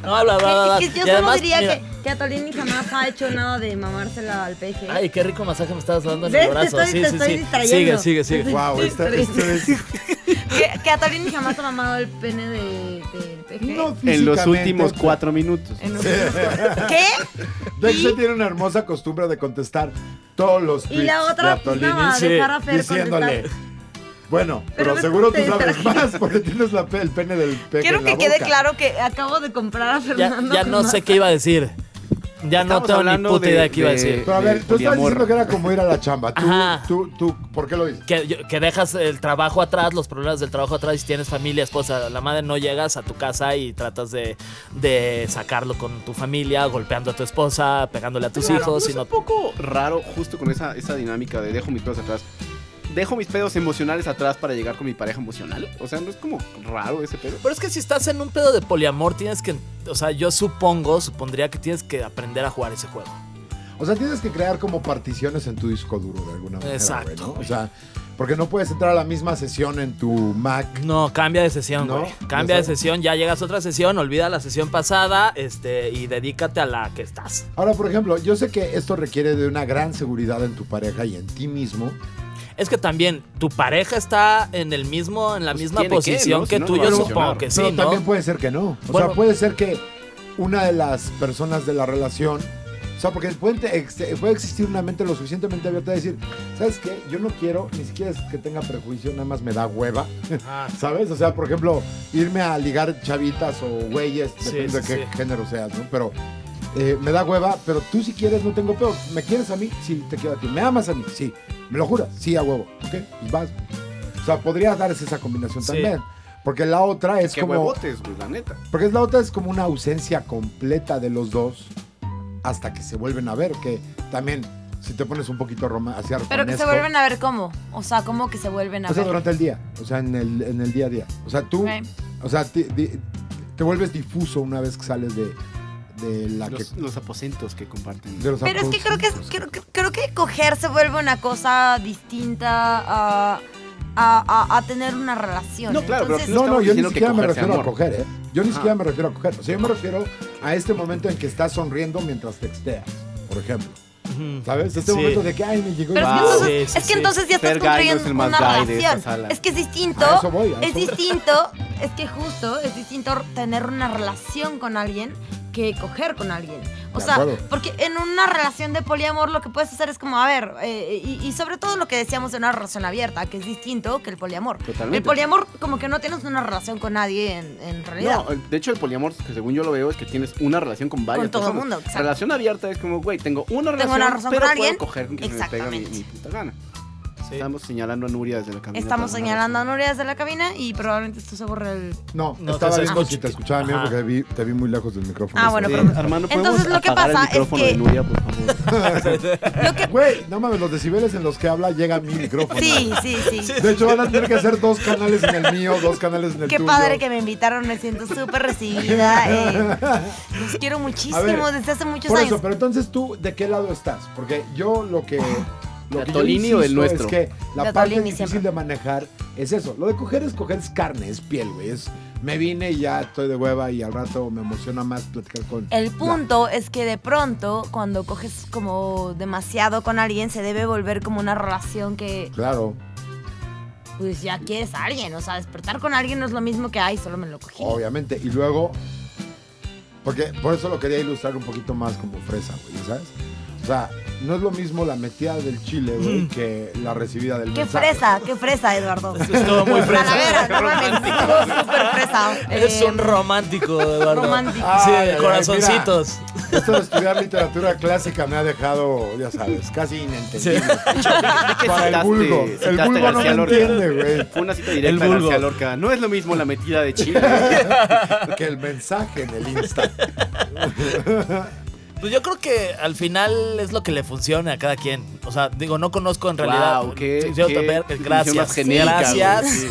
No, habla, habla, habla. Es que yo y solo además, diría mira, que, que Atolini jamás ha hecho nada de mamársela al peje. Ay, qué rico masaje me estabas dando en Ves, el te brazo. estoy- sí, te sí, estoy sí. distrayendo. Sigue, sigue, sigue. Wow, esta, esto es. Que, que a Tolini jamás ha mamado el pene de, de peje. No dije. En los físicamente, últimos pero- cuatro minutos. En un- [LAUGHS] ¿Qué? Dexter tiene una hermosa costumbre de contestar todos los Y tweets la de otra, pues Atolini nada, sí, dejar a Fer diciéndole. contestar. Bueno, pero, Pero me- seguro tú te sabes distraje. más porque tienes la pe- el pene del peje Quiero en la que quede boca. claro que acabo de comprar a Ya, Fernando. ya no sé qué iba a decir. Ya no Estamos tengo ni hablando puta de- idea de qué iba a de- decir. Pero a ver, tú estás poliamor. diciendo que era como ir a la chamba. Tú, Ajá. tú, tú, ¿por qué lo dices? Que, yo- que dejas el trabajo atrás, los problemas del trabajo atrás, y si tienes familia, esposa, la madre, no llegas a tu casa y tratas de, de sacarlo con tu familia, golpeando a tu esposa, pegándole a tus Claro, hijos. ¿no es sino- un poco raro justo con esa, esa dinámica de dejo mis pedos atrás. Dejo mis pedos emocionales atrás para llegar con mi pareja emocional. O sea, no es como raro ese pedo. Pero es que si estás en un pedo de poliamor, tienes que. O sea, yo supongo, supondría que tienes que aprender a jugar ese juego. O sea, tienes que crear como particiones en tu disco duro de alguna manera. Exacto, güey, ¿no? O güey. sea, porque no puedes entrar a la misma sesión en tu Mac. No, cambia de sesión, No, güey. no Cambia de sabes. sesión, ya llegas a otra sesión, olvida la sesión pasada, este, y dedícate a la que estás. Ahora, por ejemplo, yo sé que esto requiere de una gran seguridad en tu pareja y en ti mismo. Es que también tu pareja está en el mismo, en la Pues misma tiene que, posición ¿no? que Si no, tú, no yo va a supongo funcionar. que pero sí, ¿no? también puede ser que no. O Bueno. sea, puede ser que una de las personas de la relación. O sea, porque puede, te- ex- puede existir una mente lo suficientemente abierta a decir, ¿sabes qué? Yo no quiero, ni siquiera es que tenga prejuicio, nada más me da hueva. Ah, ¿Sabes? O sea, por ejemplo, irme a ligar chavitas o güeyes, Sí, depende sí, de qué sí. género seas, ¿no? Pero eh, me da hueva, pero tú si quieres no tengo peor. ¿Me quieres a mí? Sí, te quiero a ti. ¿Me amas a mí? Sí. ¿Me lo juras? Sí, a huevo. Ok, pues vas. O sea, podrías darse esa combinación Sí. también. Porque la otra es Qué como... huevotes, güey, la neta. Porque es la otra es como una ausencia completa de los dos hasta que se vuelven a ver, que también si te pones un poquito roma, hacia Pero que se vuelven a ver cómo. O sea, cómo que se vuelven a O sea, ver. durante el día, o sea, en el, en el día a día. O sea, tú, Ok. o sea, ti- di- te vuelves difuso una vez que sales de, de la Los, que... los aposentos que comparten. de los Pero es que creo que, es- aposentos. creo, que- creo que coger se vuelve una cosa distinta a, a- a- a tener una relación. No, claro, pero Entonces, No, no, yo estamos ni diciendo que siquiera me coger sea refiero a amor. coger, ¿eh? Yo ni Ah. siquiera me refiero a coger. O sea, yo me refiero a este momento en que estás sonriendo mientras texteas, por ejemplo. Ujú. ¿Sabes? Este Sí. momento de que, ay, me llegó... Pero es que Wow. entonces, Sí, sí, es que sí. entonces ya estás Fer Guy no es el construyendo más una guy de esta relación. sala. Es que es distinto. A eso voy, a es eso. distinto. Es que justo es distinto tener una relación con alguien que coger con alguien. O De sea, acuerdo. porque en una relación de poliamor lo que puedes hacer es como, a ver, eh, y, y sobre todo lo que decíamos de una relación abierta, que es distinto que el poliamor. Totalmente. El poliamor como que no tienes una relación con nadie en, en realidad. No, el- de hecho el poliamor, que según yo lo veo, es que tienes una relación con varias Con todo personas. mundo, exacto. Relación abierta es como, güey, tengo una relación, Tengo una relación pero con puedo alguien. coger con quien se me pega mi, Exactamente. mi puta gana. Sí. Estamos señalando a Nuria desde la cabina. Estamos para una señalando a razón. Nuria desde la cabina y probablemente esto se borra el... No, No, estaba te viendo escucho. si te escuchaban bien Ajá. porque vi- te vi muy lejos del micrófono. Ah, bueno, Sí, pero- Armando, ¿podemos Entonces, lo que apagar pasa el es micrófono que- de Nuria, por [LAUGHS] favor. Güey, no mames, los decibeles en los que habla llega a mi micrófono. Sí, sí, sí. De hecho, van a tener que hacer dos canales en el mío, dos canales en el Qué tuyo. padre que me invitaron, me siento súper recibida. eh. Los quiero muchísimo ver, desde hace muchos Por años. eso, pero entonces tú, ¿de qué lado estás? Porque yo lo que. Lo ¿De que yo Tolini o el insisto nuestro? Es que la De parte Tolini difícil siempre. de manejar es eso. Lo de coger es coger es carne, es piel, güey. Es, me vine y ya estoy de hueva y al rato me emociona más platicar con. El la- punto es que de pronto, cuando coges como demasiado con alguien, se debe volver como una relación que Claro, pues ya quieres a alguien. O sea, despertar con alguien no es lo mismo que, ay, solo me lo cogí. obviamente. Y luego. Porque por eso lo quería ilustrar un poquito más como fresa, güey, ¿sabes? O sea, no es lo mismo la metida del chile, güey, que la recibida del Qué mensaje. fresa, qué fresa, Eduardo. [LAUGHS] Estuvo muy fresa. Talavera, no mames, estuvo súper fresa. [LAUGHS] Es Eh, un romántico, Eduardo. romántico. Sí, Ay, ay, ay, corazoncitos. Esto de estudiar literatura clásica me ha dejado, ya sabes, casi [LAUGHS] inentendible. que Para el citaste- vulgo. citaste El vulgo no me García Lorca. entiende, güey. Fue una cita directa El a vulgo. García Lorca. No es lo mismo la metida [LAUGHS] de Chile. Que el mensaje en el [LAUGHS] Insta. Pues yo creo que al final es lo que le funciona a cada quien. O sea, digo, no conozco en realidad. Wow, qué- Sí, yo qué también- definición gracias. más genérica, güey, gracias. sí.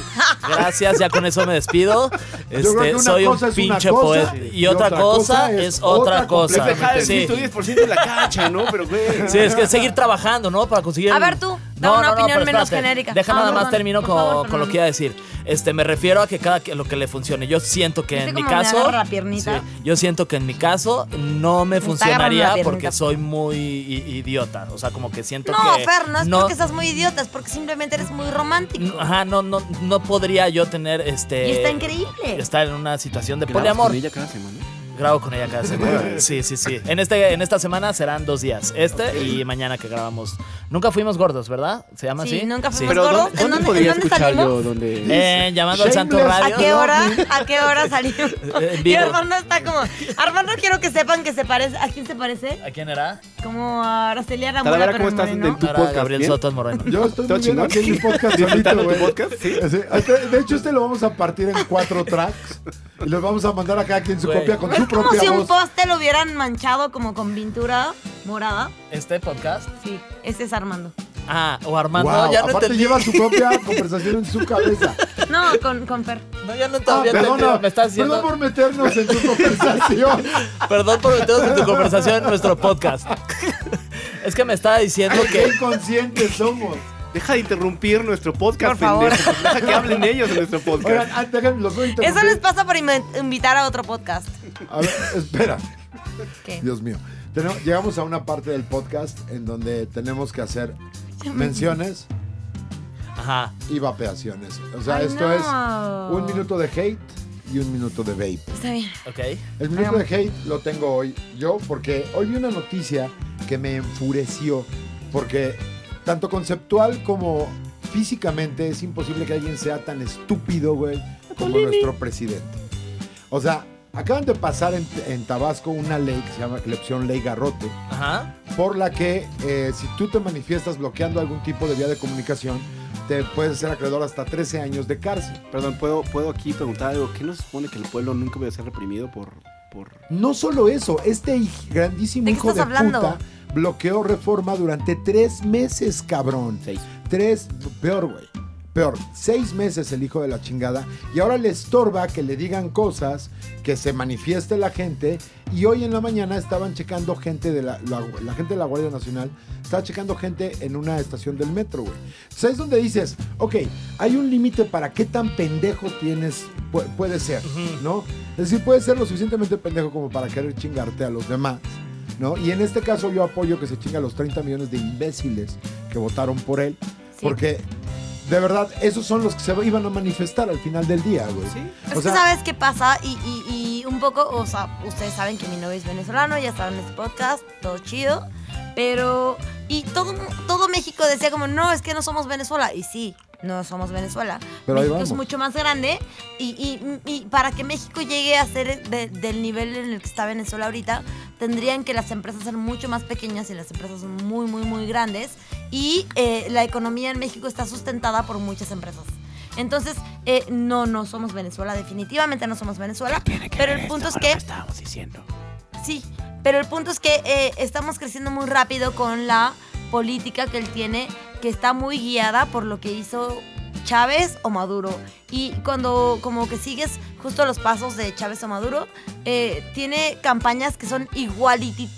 Gracias, ya con eso me despido. creo que Este, una soy un cosa es una pinche cosa poeta. Y otra cosa es otra Es cosa. dejar el Sí. 110% de la cacha, ¿no? Pero, güey. Sí, es que seguir trabajando, ¿no? Para conseguir. A el- ver, tú, da una opinión pero menos espérate. genérica. Deja Ah, nada perdón, más termino por con, favor, con lo Fernando. que iba a decir. Este, me refiero a que cada quien- lo que le funcione. Yo siento que ¿Viste en mi cómo me caso. agarra la piernita? sí, yo siento que en mi caso no está agarrando me la funcionaría piernita. porque soy muy i- idiota. O sea, como que siento No, que. Fer, no es porque seas muy idiota, es porque simplemente eres muy romántico. Ajá, no, no, no podría yo tener este. Y está increíble. Estar en una situación de Grabas poliamor. con ella cada semana. Pues, Grabo con ella cada semana. Sí, sí, sí. En, este, en esta semana serán dos días. Este y mañana que grabamos. Nunca fuimos gordos, ¿verdad? ¿Se llama Sí, así. nunca Sí. fuimos Pero, gordos. ¿dónde, ¿En dónde dónde- podría en dónde escuchar yo? salimos? Este Donde... Eh, llamando al Santo Shameless. Radio. ¿A qué hora? ¿A qué hora [LAUGHS] salimos? Eh, en Y vivo. Armando está como. Armando quiero que sepan que se parece. ¿A quién se parece? ¿A quién era? Como a Aracelia Ramona. Talavera, pero ¿cómo en estás? moreno. ¿Tu No, era podcast, Gabriel bien? Soto Moreno. Yo estoy muy bien chingón? aquí en mi podcast solito, ¿Disfrutando tu güey. podcast? Sí. Así, este- De hecho, este lo vamos a partir en cuatro tracks y los vamos a mandar a cada quien su Güey. copia con Es su como propia si un voz. poste lo hubieran manchado como con pintura morada. ¿Este podcast? Sí, ese es Armando. Ah, o Armando. Guau, ya no aparte entendí. lleva su propia conversación en su cabeza. No, con, con Fer. No, ya no Ah, todavía entendí. perdona, Me estás diciendo. perdón por meternos en [LAUGHS] tu conversación. Perdón por meternos en tu conversación en nuestro podcast. [LAUGHS] es que me estaba diciendo Qué que. inconscientes somos. Deja de interrumpir nuestro podcast, Por favor. pendejo. Deja que hablen ellos en nuestro podcast. Oigan, ah, déjenme, los voy a Eso interrumpir. les pasa por inv- invitar a otro podcast. A ver, espera. ¿Qué? Dios mío. Tenemos- llegamos a una parte del podcast en donde tenemos que hacer menciones Ajá. y vapeaciones. O sea, Ay, esto no. es un minuto de hate y un minuto de vape. Está bien. Ok. El minuto de hate lo tengo hoy yo porque hoy vi una noticia que me enfureció porque tanto conceptual como físicamente es imposible que alguien sea tan estúpido, güey, como nuestro presidente. O sea, Acaban de pasar en, en Tabasco una ley que se llama la opción Ley Garrote, Ajá. por la que eh, si tú te manifiestas bloqueando algún tipo de vía de comunicación, te puedes ser acreedor hasta 13 años de cárcel. Perdón, ¿puedo, ¿puedo aquí preguntar algo? ¿Qué nos supone que el pueblo nunca va a ser reprimido por...? por... No solo eso, este hij- grandísimo ¿De qué hijo de estás hablando? puta bloqueó reforma durante tres meses, cabrón. Seis. Tres, peor, güey. Peor, seis meses el hijo de la chingada y ahora le estorba que le digan cosas, que se manifieste la gente y hoy en la mañana estaban checando gente de la, la- la gente de la Guardia Nacional, estaba checando gente en una estación del metro, güey. Entonces, es donde dices, ok, hay un límite para qué tan pendejo tienes, pu- puede ser, Ujú. ¿no? Es decir, puede ser lo suficientemente pendejo como para querer chingarte a los demás. ¿No? Y en este caso yo apoyo que se chinga a los 30 millones de imbéciles que votaron por él. Sí. Porque de verdad, esos son los que se iban a manifestar al final del día, güey. Sí. Es O sea, que sabes qué pasa y, y- y un poco, o sea, ustedes saben que mi novio es venezolano, ya saben este podcast, todo chido, pero... Y todo, todo México decía como, no, es que no somos Venezuela. Y sí, no somos Venezuela. Pero ahí México es vamos. mucho más grande y, y- y para que México llegue a ser de- del nivel en el que está Venezuela ahorita, tendrían que las empresas ser mucho más pequeñas y las empresas son muy, muy, muy grandes. Y eh, la economía en México está sustentada por muchas empresas. Entonces, eh, no, no somos Venezuela, definitivamente no somos Venezuela. Pero el punto es que estábamos diciendo. Sí, pero el punto es que eh, estamos creciendo muy rápido con la política que él tiene, que está muy guiada por lo que hizo Chávez o Maduro. Y cuando como que sigues justo los pasos de Chávez o Maduro, eh, tiene campañas que son Idénticas. igualitititas.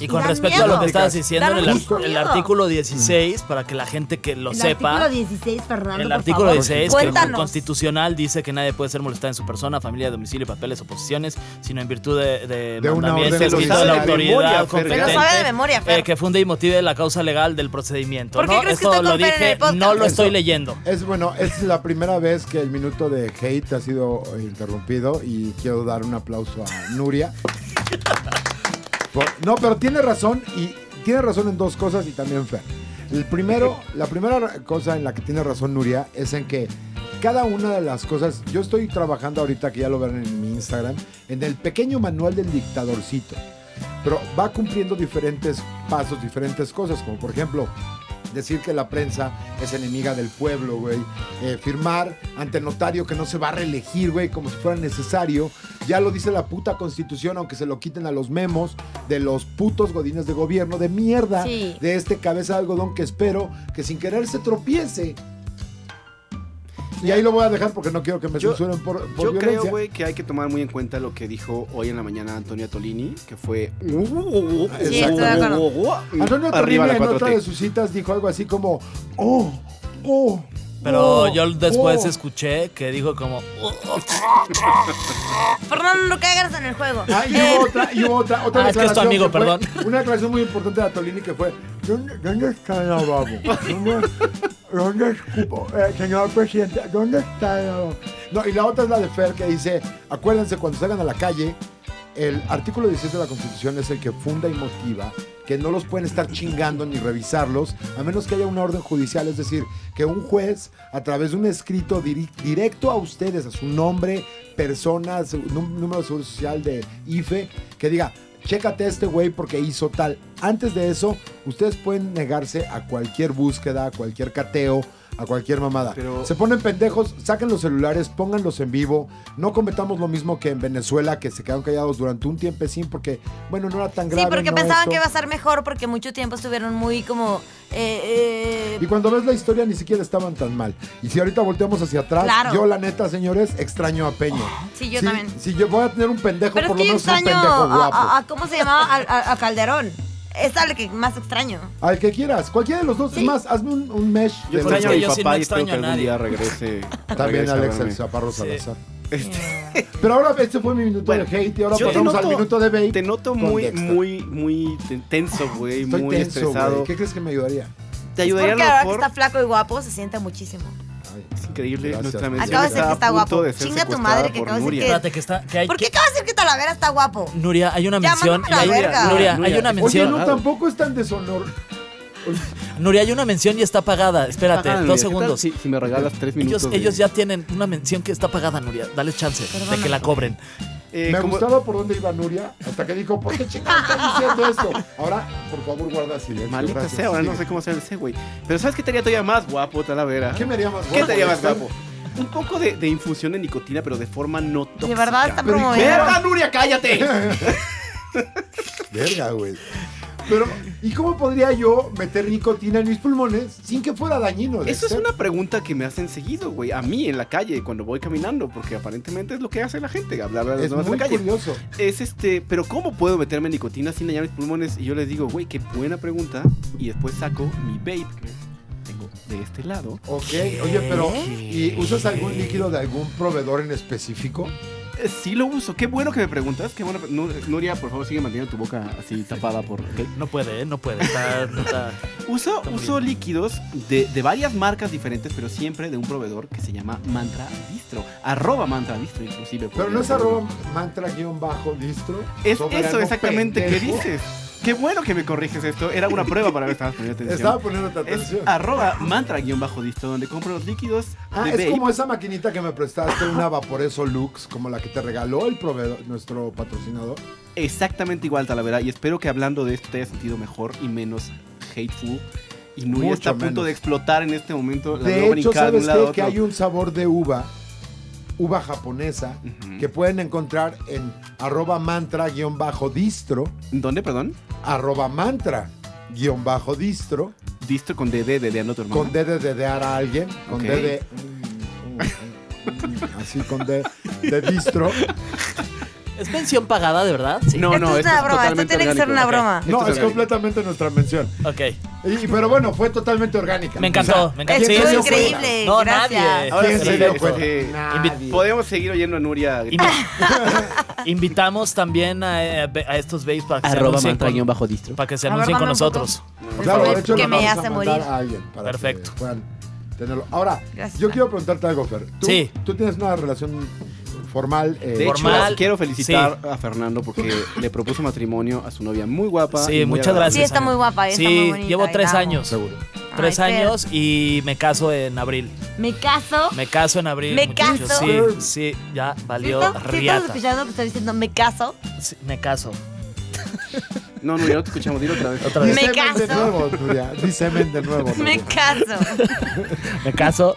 Y con respecto a lo que estabas diciendo en Dan el, ar- mucho el miedo. Mm. artículo 16, para que la gente que lo el sepa, Artículo 16, Fernando. el por artículo favor. 16 que el Cuéntanos. constitucional dice que nadie puede ser molestado en su persona, familia, domicilio, papeles o posiciones, sino en virtud de, de, De una mandamiento orden escrito de judicial. la Se lo sabe de memoria, Fer, autoridad Se lo sabe de competente. memoria, eh, Fer. que funde y motive la causa legal del procedimiento. ¿Por qué ¿no? crees que Esto estoy lo con Fer en dije, el podcast? no lo estoy Eso. leyendo. Es bueno, es la primera vez que el minuto de hate ha sido interrumpido y quiero dar un aplauso a Nuria. Por- no, pero tiene razón y tiene razón en dos cosas y también Fer. El primero, la primera cosa en la que tiene razón Nuria es en que cada una de las cosas, yo estoy trabajando ahorita que ya lo verán en mi Instagram, en el pequeño manual del dictadorcito. Pero va cumpliendo diferentes pasos, diferentes cosas, como por ejemplo, decir que la prensa es enemiga del pueblo, güey. Eh, firmar ante notario que no se va a reelegir, güey, como si fuera necesario. Ya lo dice la puta constitución, aunque se lo quiten a los memos de los putos godines de gobierno de mierda, Sí. de este cabeza de algodón que espero que sin querer se tropiece. Y ahí lo voy a dejar porque no quiero que me Yo- censuren por, por Yo violencia. creo, güey, que hay que tomar muy en cuenta lo que dijo hoy en la mañana Antonio Tolini, que fue... Sí, estoy de acuerdo. Antonio Arriba Torrini la en otra de 4T. sus citas dijo algo así como, oh, oh. Pero oh, yo después oh". escuché que dijo como... Fernando, no caigas en el juego. Ah, y Eh, hubo otra, y hubo otra, otra Ah, es que es tu declaración amigo, fue- perdón. Una declaración muy importante de Atolini que fue, ¿dónde, dónde está el lavabo? ¿Dónde, dónde escupo? Eh, señor presidente, ¿dónde está el lavabo? No, y la otra es la de Fer que dice, acuérdense cuando salgan a la calle, el artículo 16 de la Constitución es el que funda y motiva que no los pueden estar chingando ni revisarlos, a menos que haya una orden judicial, es decir, que un juez a través de un escrito diri- directo a ustedes, a su nombre, persona, su- nú- número de seguro social de IFE, que diga, chécate a este güey porque hizo tal. Antes de eso, ustedes pueden negarse a cualquier búsqueda, a cualquier cateo, a cualquier mamada. Pero- Se ponen pendejos, saquen los celulares, pónganlos en vivo. No cometamos lo mismo que en Venezuela, que se quedaron callados durante un tiempecín porque, bueno, no era tan grave. Sí, porque no pensaban esto. que iba a ser mejor porque mucho tiempo estuvieron muy como... eh, eh, Y cuando ves la historia ni siquiera estaban tan mal. Y si ahorita volteamos hacia atrás, Claro. yo la neta, señores, extraño a Peña. sí, yo Si- también. Si yo voy a tener un pendejo, Pero es por lo que yo menos un extraño pendejo a, guapo. a- a- ¿cómo se llamaba? Al- A, a Calderón. Es al que más extraño. Al que quieras, cualquiera de los dos. Sí. Es más, hazme un, un mesh. Yo de los extraño a dos. mi yo sí no papá y espero extraño que a algún nadie. día regrese. También regrese a Alex verme. el Zaparro Salazar. [LAUGHS] Este, Pero ahora este fue mi minuto Bueno, de hate y ahora yo te pasamos al noto- minuto de bait. Te noto con muy, Dexter. muy, muy ten- tenso, güey. Estoy Muy tenso, estresado. güey. ¿Qué crees que me ayudaría? Te Porque ayudaría a lo ahora que mejor- está flaco y guapo se siente muchísimo. Ay, Es increíble Gracias. nuestra Acabo mención. de decir que a está punto guapo. de ser Chinga tu secuestrada madre, que por acabas de Nuria. decir Espérate, que está... Que hay ¿Por que- qué acabas de decir que Talavera está guapo? Nuria, hay una Llámame mención... a la hay- verga. Nuria, hay Nuria, una Nuria. Oye, mención... no, tampoco es tan deshonor. Nuria, hay una mención y está pagada. Espérate, Págame, dos ¿qué tal segundos. Si, si me regalas tres minutos. Ellos, de- ellos ya tienen una mención que está pagada, Nuria. Dale chance de que la cobren. Eh, Me como- gustaba por dónde iba Nuria hasta que dijo, ¿por qué chingada está diciendo esto? Ahora, por favor, guarda silencio. Maldita Gracias. sea, ahora no Sigue. sé cómo hacer ese güey. Pero ¿sabes qué estaría todavía más guapo, Talavera? ¿Qué me haría más guapo? ¿Qué estaría más Estar- guapo? Un poco de, de infusión de nicotina, pero de forma no tóxica. De verdad está Pero ¿y promoviendo. ¡Verga, [LAUGHS] Nuria, cállate! Verga, güey. Pero, ¿y cómo podría yo meter nicotina en mis pulmones sin que fuera dañino? Eso es Dexter? una pregunta que me hacen seguido, güey. A mí en la calle, cuando voy caminando, porque aparentemente es lo que hace la gente, hablar a las Es demás en muy la calle. curioso. Es este, pero ¿cómo puedo meterme nicotina sin dañar mis pulmones? Y yo les digo, güey, qué buena pregunta. Y después saco mi vape, que tengo de este lado. Ok, oye, pero ¿y usas algún líquido de algún proveedor en específico? Eh, Sí lo uso. Qué bueno que me preguntas. Qué bueno. Nu- Nuria, por favor, sigue manteniendo tu boca así tapada por. ¿ok? No puede, ¿eh? no puede. Está- está- Uso, Está muy uso bien. líquidos de, de varias marcas diferentes, pero siempre de un proveedor que se llama Mantra Distro. Arroba Mantra Distro, inclusive. Pero porque- no es arroba mantra guión bajo listro. Es soberano eso exactamente que pendejo. dices. Qué bueno que me corriges esto. Era una prueba para ver si estabas poniendo atención. Estaba poniendo Es atención. arroba mantra-disto, donde compro los líquidos Ah, de es vape. como esa maquinita que me prestaste, una Vaporeso Lux, como la que te regaló el proveedor, nuestro patrocinador. Exactamente igual, Talavera. Y espero que hablando de esto te haya sentido mejor y menos hateful. Y Nuria Mucho está a punto menos. de explotar en este momento. La veo De hecho, brincar de un ¿sabes lado a qué? otro. Que hay un sabor de uva, uva japonesa, Ujú. que pueden encontrar en arroba mantra guión bajo distro, ¿Dónde, perdón? arroba mantra guión bajo distro, Distro con DD, DD, ano tu hermano. con D de dedear a alguien, con Ok. D de... mm, mm, mm, Así con D de distro. ¿Es mención pagada, de verdad? Sí. No, Esto no, es una broma, esto totalmente tiene que ser orgánico. una Ok. broma. Esto No, es orgánico. completamente nuestra mención. Ok. Y, pero bueno, fue totalmente orgánica. Me encantó, me encantó. ¿quién Estuvo se dio increíble, No, gracias. nadie. Ahora ¿Quién sí, se dio cuenta? este, Nadie. Podemos seguir oyendo a Nuria. Invi- [LAUGHS] Invitamos también a, eh, a estos babes para que se anuncien con, distro. para que se A ver, anuncien con dame un poco. nosotros. Claro, Fue de hecho, que lo me vamos a hace mandar morir. a alguien para Perfecto. que puedan tenerlo. Ahora, Gracias, yo Fran. quiero preguntarte algo, Fer. Tú, Sí. tú tienes una relación formal. eh, De Formal, hecho, quiero felicitar a Fernando porque le propuso matrimonio a su novia muy guapa. Sí, y muy muchas agradable. gracias. Sí, está Ana. muy guapa, está muy Sí, bonita, llevo y tres la amo. años. seguro. Tres Ay, Fer. años y me caso en abril. Me caso. Me caso en abril. Me muchachos. caso. Sí, sí, ya ¿Sí valió estás, sí estás riata. escuchando que estoy diciendo me caso? Sí, me caso. No, Nuria, no te escuchamos. Dilo otra vez. Otra vez. Me Dísemen de caso. nuevo, Nuria. Dísemen de nuevo. Nuria. [LAUGHS] Me caso. Me caso.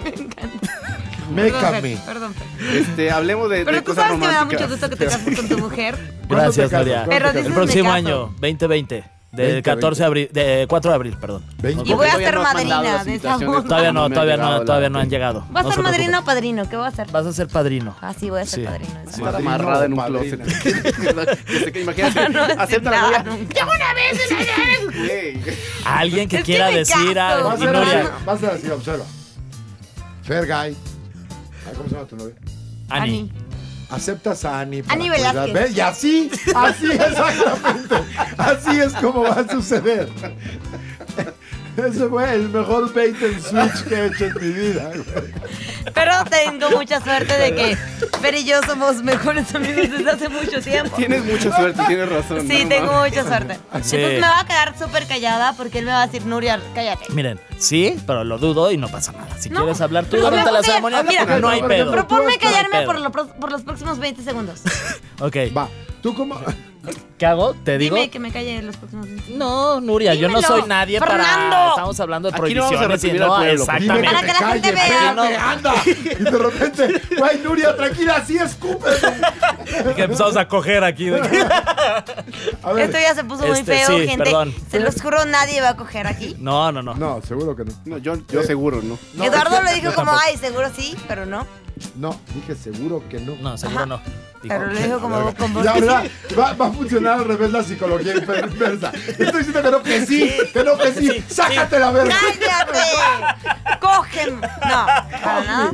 Perdón, Mécame. Fer, Perdón, Fer. Este, hablemos de, de Pero tú cosas sabes que me da mucho románticas. gusto que te cases [LAUGHS] con tu mujer. ¿Cuándo te [LAUGHS] Gracias, casas? Nuria. ¿Cuándo Pero te dices- El casas? me próximo caso. año, 2020. Del 2020. 14 de abril, de 4 de abril, perdón. 20. Y voy a Todavía ser no has mandado madrina las de esa invitaciones. boda. Todavía no, me ha todavía no, llegado todavía no la- han llegado. ¿Vas No a se ser madrina o preocupen. padrino? ¿Qué voy a hacer? Vas a ser padrino. Ah, sí, voy a ser Sí. padrino. [LAUGHS] es Estar verdad. Madrina amarrada o en un padrina. closet. [LAUGHS] Que se- que [LAUGHS] Imagínate, acepta la nada novia. nunca. ¡Llegó una vez! Güey. Alguien que Es que quiera me decir caso. algo. Vas a Y ser Nuria, así, vas a decir, observa. Fer Guy. Ah, ¿Cómo se llama tu novia? Ani. Aceptas a Ani. para Ani cuidar- Velázquez. ¿Ves? Y así, [LAUGHS] así exactamente. Así es como va a suceder. Ese fue el mejor bait and switch que he hecho en mi vida. güey. Pero tengo mucha suerte de [LAUGHS] que Fer y yo somos mejores amigos desde hace mucho tiempo. Tienes mucha suerte, tienes razón. Sí, no tengo mames. mucha suerte. Sí. Entonces me va a quedar súper callada porque él me va a decir, Nuria, cállate. Miren, sí, pero lo dudo y no pasa nada. Si No. quieres hablar tú Pero durante habla la con él, ceremonia, habla con él. no hay Pero- pedo. pero- Proponme Pero- callarme pero- por, lo pro- por los próximos 20 segundos. Ok, Va, tú como. ¿qué hago? ¿Te digo? Dime que me calle los próximos 20 segundos. No, Nuria, yo no Dímelo, soy nadie para. Fernando. Estamos hablando de Aquí no vamos a prohibiciones y recibir al no, pueblo, por Dime Para que exactamente. que te la gente calle, vea. espérame, anda. Y de repente, güey, Nuria, tranquila, así escúpeme. Y que empezamos a coger aquí. [LAUGHS] de que- A ver. Esto ya se puso muy Este, feo, sí, gente. perdón. Se los juro, nadie va a coger aquí. No, no, no. No, seguro que no. No, yo, yo seguro, ¿no? No, Eduardo es lo que- dijo como, ay, seguro sí, pero no. No, dije seguro que no. No, seguro no. Dijo, Pero lo dijo como con voz. La verdad, va, va a funcionar al revés la psicología inversa. Estoy diciendo que no, que sí, que no, que sí. Sácate la verga. ¡Cállate! ¡Cógeme! No, para nada.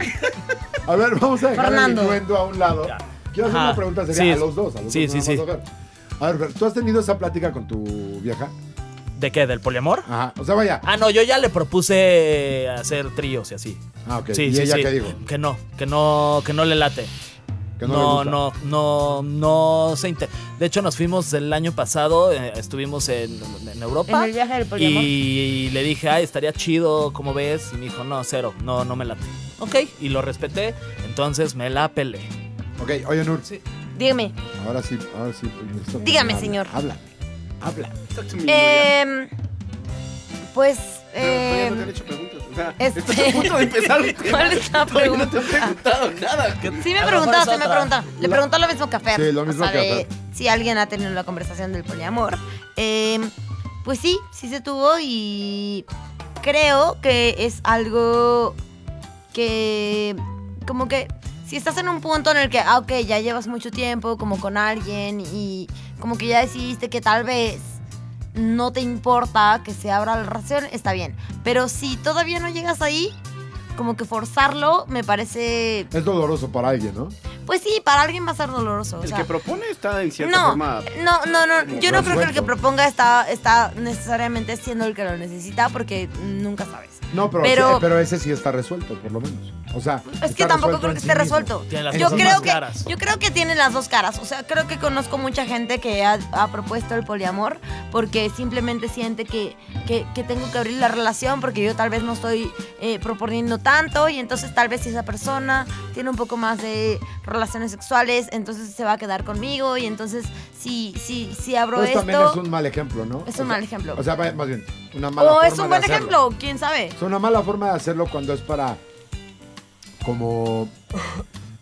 A ver, vamos a dejar Fernando. el innuendo a un lado. Quiero hacer Ajá. una pregunta seria Sí. a los dos. A los Sí, dos, sí, nada sí. más, A ver. A ver, Fer, ¿tú has tenido esa plática con tu vieja? ¿De qué? ¿Del poliamor? Ajá. O sea, vaya. Ah, no, yo ya le propuse hacer tríos y así. Ah, ok. Sí, ¿Y sí, ella sí. qué dijo? Que no, que no, que no le late. Que no, le No, gusta. no, no, no, se inter- De hecho, nos fuimos el año pasado, eh, estuvimos en, en Europa. En el viaje del poliamor. Y le dije, ay, estaría chido, ¿cómo ves? Y me dijo, no, cero, no, no me late. Ok, y lo respeté, entonces me la pelé. Ok, oye, Nur. Sí. Dígame. Ahora sí, ahora sí. necesito- Dígame, habla, señor. Habla, habla. Talk to me, Em, pues. Nuria. No, todavía no te em, han hecho preguntas. O sea, este- estás a punto de empezar. [LAUGHS] un tema. ¿Cuál es la Todavía no te pregunta? han preguntado nada. ¿Qué- Sí me A lo preguntaste, mejor me es otra. preguntó. Le La- preguntó lo mismo que a Fer. Sí, lo mismo o sea, que a de Fer. Si alguien ha tenido la conversación del poliamor. Eh, pues sí, sí se tuvo y creo que es algo que como que si estás en un punto en el que, ah, ok, ya llevas mucho tiempo como con alguien y como que ya decidiste que tal vez no te importa que se abra la relación, está bien. Pero si todavía no llegas ahí, como que forzarlo me parece Es doloroso para alguien, ¿no? pues sí, para alguien va a ser doloroso. O El sea, que propone está en cierta no, forma. no, no, no. como Yo no creo que el resuelto. que proponga está, está necesariamente siendo el que lo necesita porque nunca sabes. No, pero, Pero- sí, pero ese sí está resuelto, por lo menos. O sea, Es que está tampoco resuelto creo en que sí esté mismo. resuelto. Tiene las Eso Yo sí. cosas más creo que claras. yo creo que tiene las dos caras. O sea, creo que conozco mucha gente que ha, ha propuesto el poliamor porque simplemente siente que, que, que tengo que abrir la relación porque yo tal vez no estoy eh, proponiendo tanto y entonces tal vez si esa persona tiene un poco más de relaciones sexuales, entonces se va a quedar conmigo y entonces si, si, si abro Pues esto... también es un mal ejemplo, ¿no? Es un O sea- mal ejemplo. O sea, va- más bien, una mala o forma es un de buen hacerlo. ejemplo, quién sabe. Es una mala forma de hacerlo cuando es para como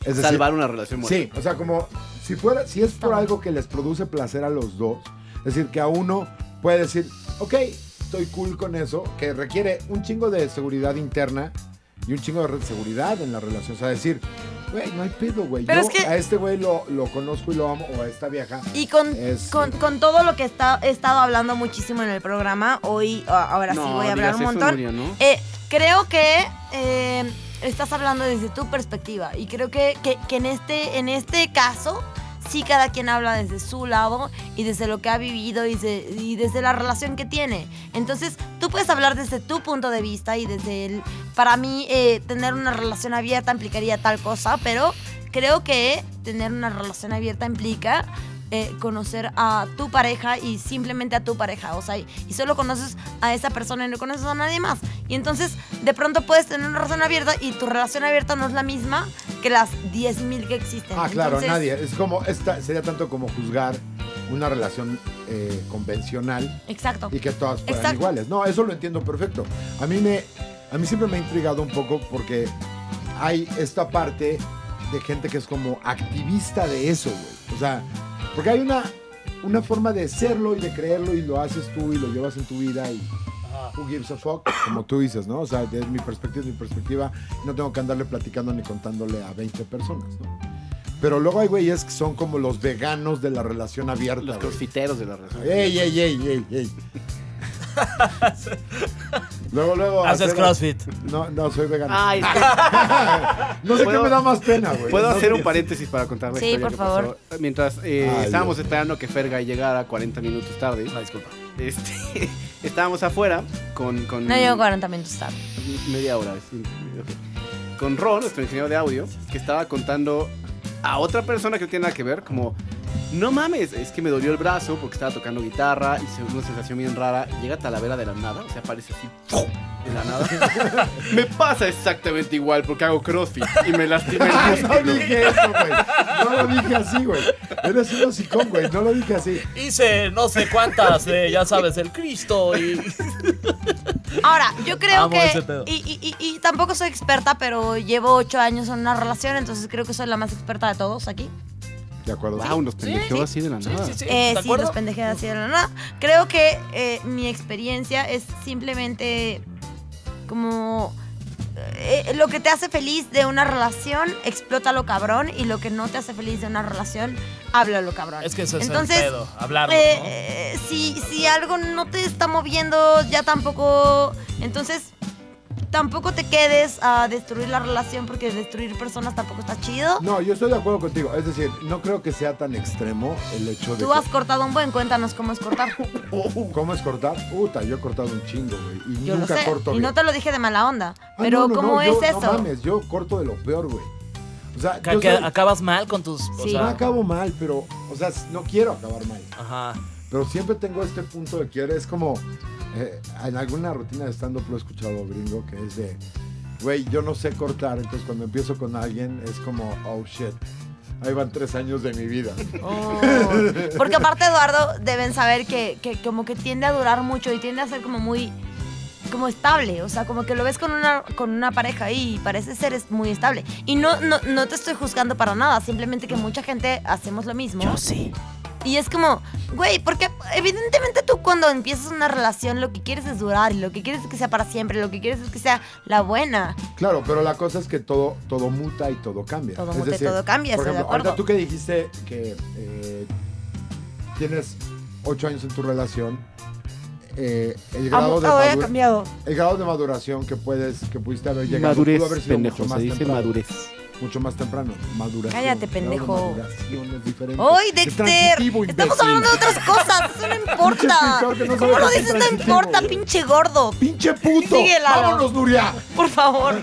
es decir, salvar una relación muerta. Sí, o sea, como si fuera si es por algo que les produce placer a los dos, es decir, que a uno puede decir, ok, estoy cool con eso", que requiere un chingo de seguridad interna y un chingo de re- seguridad en la relación, o sea, decir, güey, no hay pedo, güey. Pero Yo es que- a este güey lo, lo conozco y lo amo o a esta vieja. Y con, Es- con, con todo lo que está, he estado hablando muchísimo en el programa, hoy, a- ahora sí No, voy a digas hablar un eso, montón. Nuria, ¿no? Eh, creo que eh, estás hablando desde tu perspectiva y creo que, que- que en, este, en este caso sí cada quien habla desde su lado y desde lo que ha vivido y, de- y desde la relación que tiene. Entonces tú puedes hablar desde tu punto de vista y desde el... Para mí eh, tener una relación abierta implicaría tal cosa, pero creo que tener una relación abierta implica eh, conocer a tu pareja y simplemente a tu pareja. O sea, y y solo conoces a esa persona y no conoces a nadie más. Y entonces, de pronto puedes tener una relación abierta y tu relación abierta no es la misma que las 10.000 que existen. Ah, claro, Entonces, nadie. Es como esta sería tanto como juzgar una relación eh, convencional Exacto. y que todas fueran Exacto. iguales. No, eso lo entiendo perfecto. A mí me a mí siempre me ha intrigado un poco porque hay esta parte de gente que es como activista de eso, güey. O sea, porque hay una una forma de serlo y de creerlo y lo haces tú y lo llevas en tu vida y who gives a fuck, como tú dices, ¿no? O sea, desde mi perspectiva es mi perspectiva, no tengo que andarle platicando ni contándole a 20 personas, ¿no? Pero luego hay güeyes que son como los veganos de la relación abierta. Los güey. crossfiteros de la relación. Ey, ey, ey, ey, ey. luego, luego. Haces hacer- CrossFit. No, no, soy vegano. Ay, no sé ¿puedo- qué me da más pena, güey. ¿Puedo No hacer sé un qué- paréntesis para contar la Sí, historia por que favor. pasó? Mientras eh, Ay, estábamos Dios. Ah, esperando que Ferga llegara 40 minutos tarde, No, disculpa. este, [LAUGHS] estábamos afuera con... con No llevo 40 minutos tarde. Media hora. sí, ok. Con Ron, nuestro ingeniero de audio, que estaba contando a otra persona que no tiene nada que ver, como, no mames, es que me dolió el brazo porque estaba tocando guitarra y se una sensación bien rara. Llega Talavera de la nada, o sea, aparece así, ¡pum! de la nada. [LAUGHS] me pasa exactamente igual porque hago crossfit y me lastimé el No músculo. dije eso, güey. No lo dije así, güey. Eres un hocicón, güey. No lo dije así. Hice no sé cuántas, de, ya sabes, el Cristo y... Ah. Ahora, yo creo Amo ese pedo. que. Y, y- y- y tampoco soy experta, pero llevo 8 años en una relación, entonces creo que soy la más experta de todos aquí. ¿De acuerdo? [LAUGHS] Wow, nos pendejeó así de la Sí, nada. sí, sí. Eh, ¿De sí, los acuerdo? pendejé así de la nada. Creo que eh, mi experiencia es simplemente como eh, lo que te hace feliz de una relación, explótalo cabrón, y lo que no te hace feliz de una relación, háblalo cabrón. Es que eso es Entonces, el pedo, hablarlo, eh, ¿no? eh, si, si algo no te está moviendo, ya tampoco. Entonces, tampoco te quedes a destruir la relación porque destruir personas tampoco está chido. No, yo estoy de acuerdo contigo. Es decir, no creo que sea tan extremo el hecho de. Tú que- has cortado un buen, cuéntanos cómo es [LAUGHS] cortar. ¿Cómo es cortar? Puta, yo he cortado un chingo, güey. Y Yo nunca lo sé. corto y bien. no te lo dije de mala onda. Ah, Pero no, no, ¿cómo no, es yo- eso? No mames, yo corto de lo peor, güey. O sea, Ca- yo que soy- acabas mal con tus. o Sí. no sea, acabo mal, pero, o sea, no quiero acabar mal. Ajá. Pero siempre tengo este punto de quiero. Es como, eh, en alguna rutina de stand-up lo he escuchado gringo, que es de, güey, yo no sé cortar, entonces cuando empiezo con alguien es como, oh shit, ahí van tres años de mi [LAUGHS] vida. [LAUGHS] Oh. Porque aparte Eduardo deben saber que, que como que tiende a durar mucho y tiende a ser como muy como estable, o sea, como que lo ves con una con una pareja y parece ser es muy estable. Y no no, no te estoy juzgando para nada, simplemente que mucha gente hacemos lo mismo. sí. Y es como, güey, porque evidentemente tú cuando empiezas una relación lo que quieres es durar, y lo que quieres es que sea para siempre, lo que quieres es que sea la buena. Claro, pero la cosa es que todo, todo muta y todo cambia. Todo Es muta y decir, todo cambia, Por estoy de ejemplo, ahorita acuerdo. tú que dijiste que eh, tienes ocho años en tu relación, eh, el, grado de había madu- cambiado. el grado de maduración que puedes, que pudiste haber llegado madurez, pudo haber sido pendejo, mucho más se dice temprano. madurez. Mucho más temprano. Maduración. Cállate, grado de pendejo. maduración es diferente. ¡Ay, Es Dexter! transitivo, Estamos imbécil. hablando de otras cosas. [LAUGHS] Eso no importa. Pinche escritor que no sabe ¿Cómo lo que es dices? No transitivo, importa, güey. pinche gordo. ¡Pinche puto! Sigue, Lalo. ¡Vámonos, Nuria! Por favor.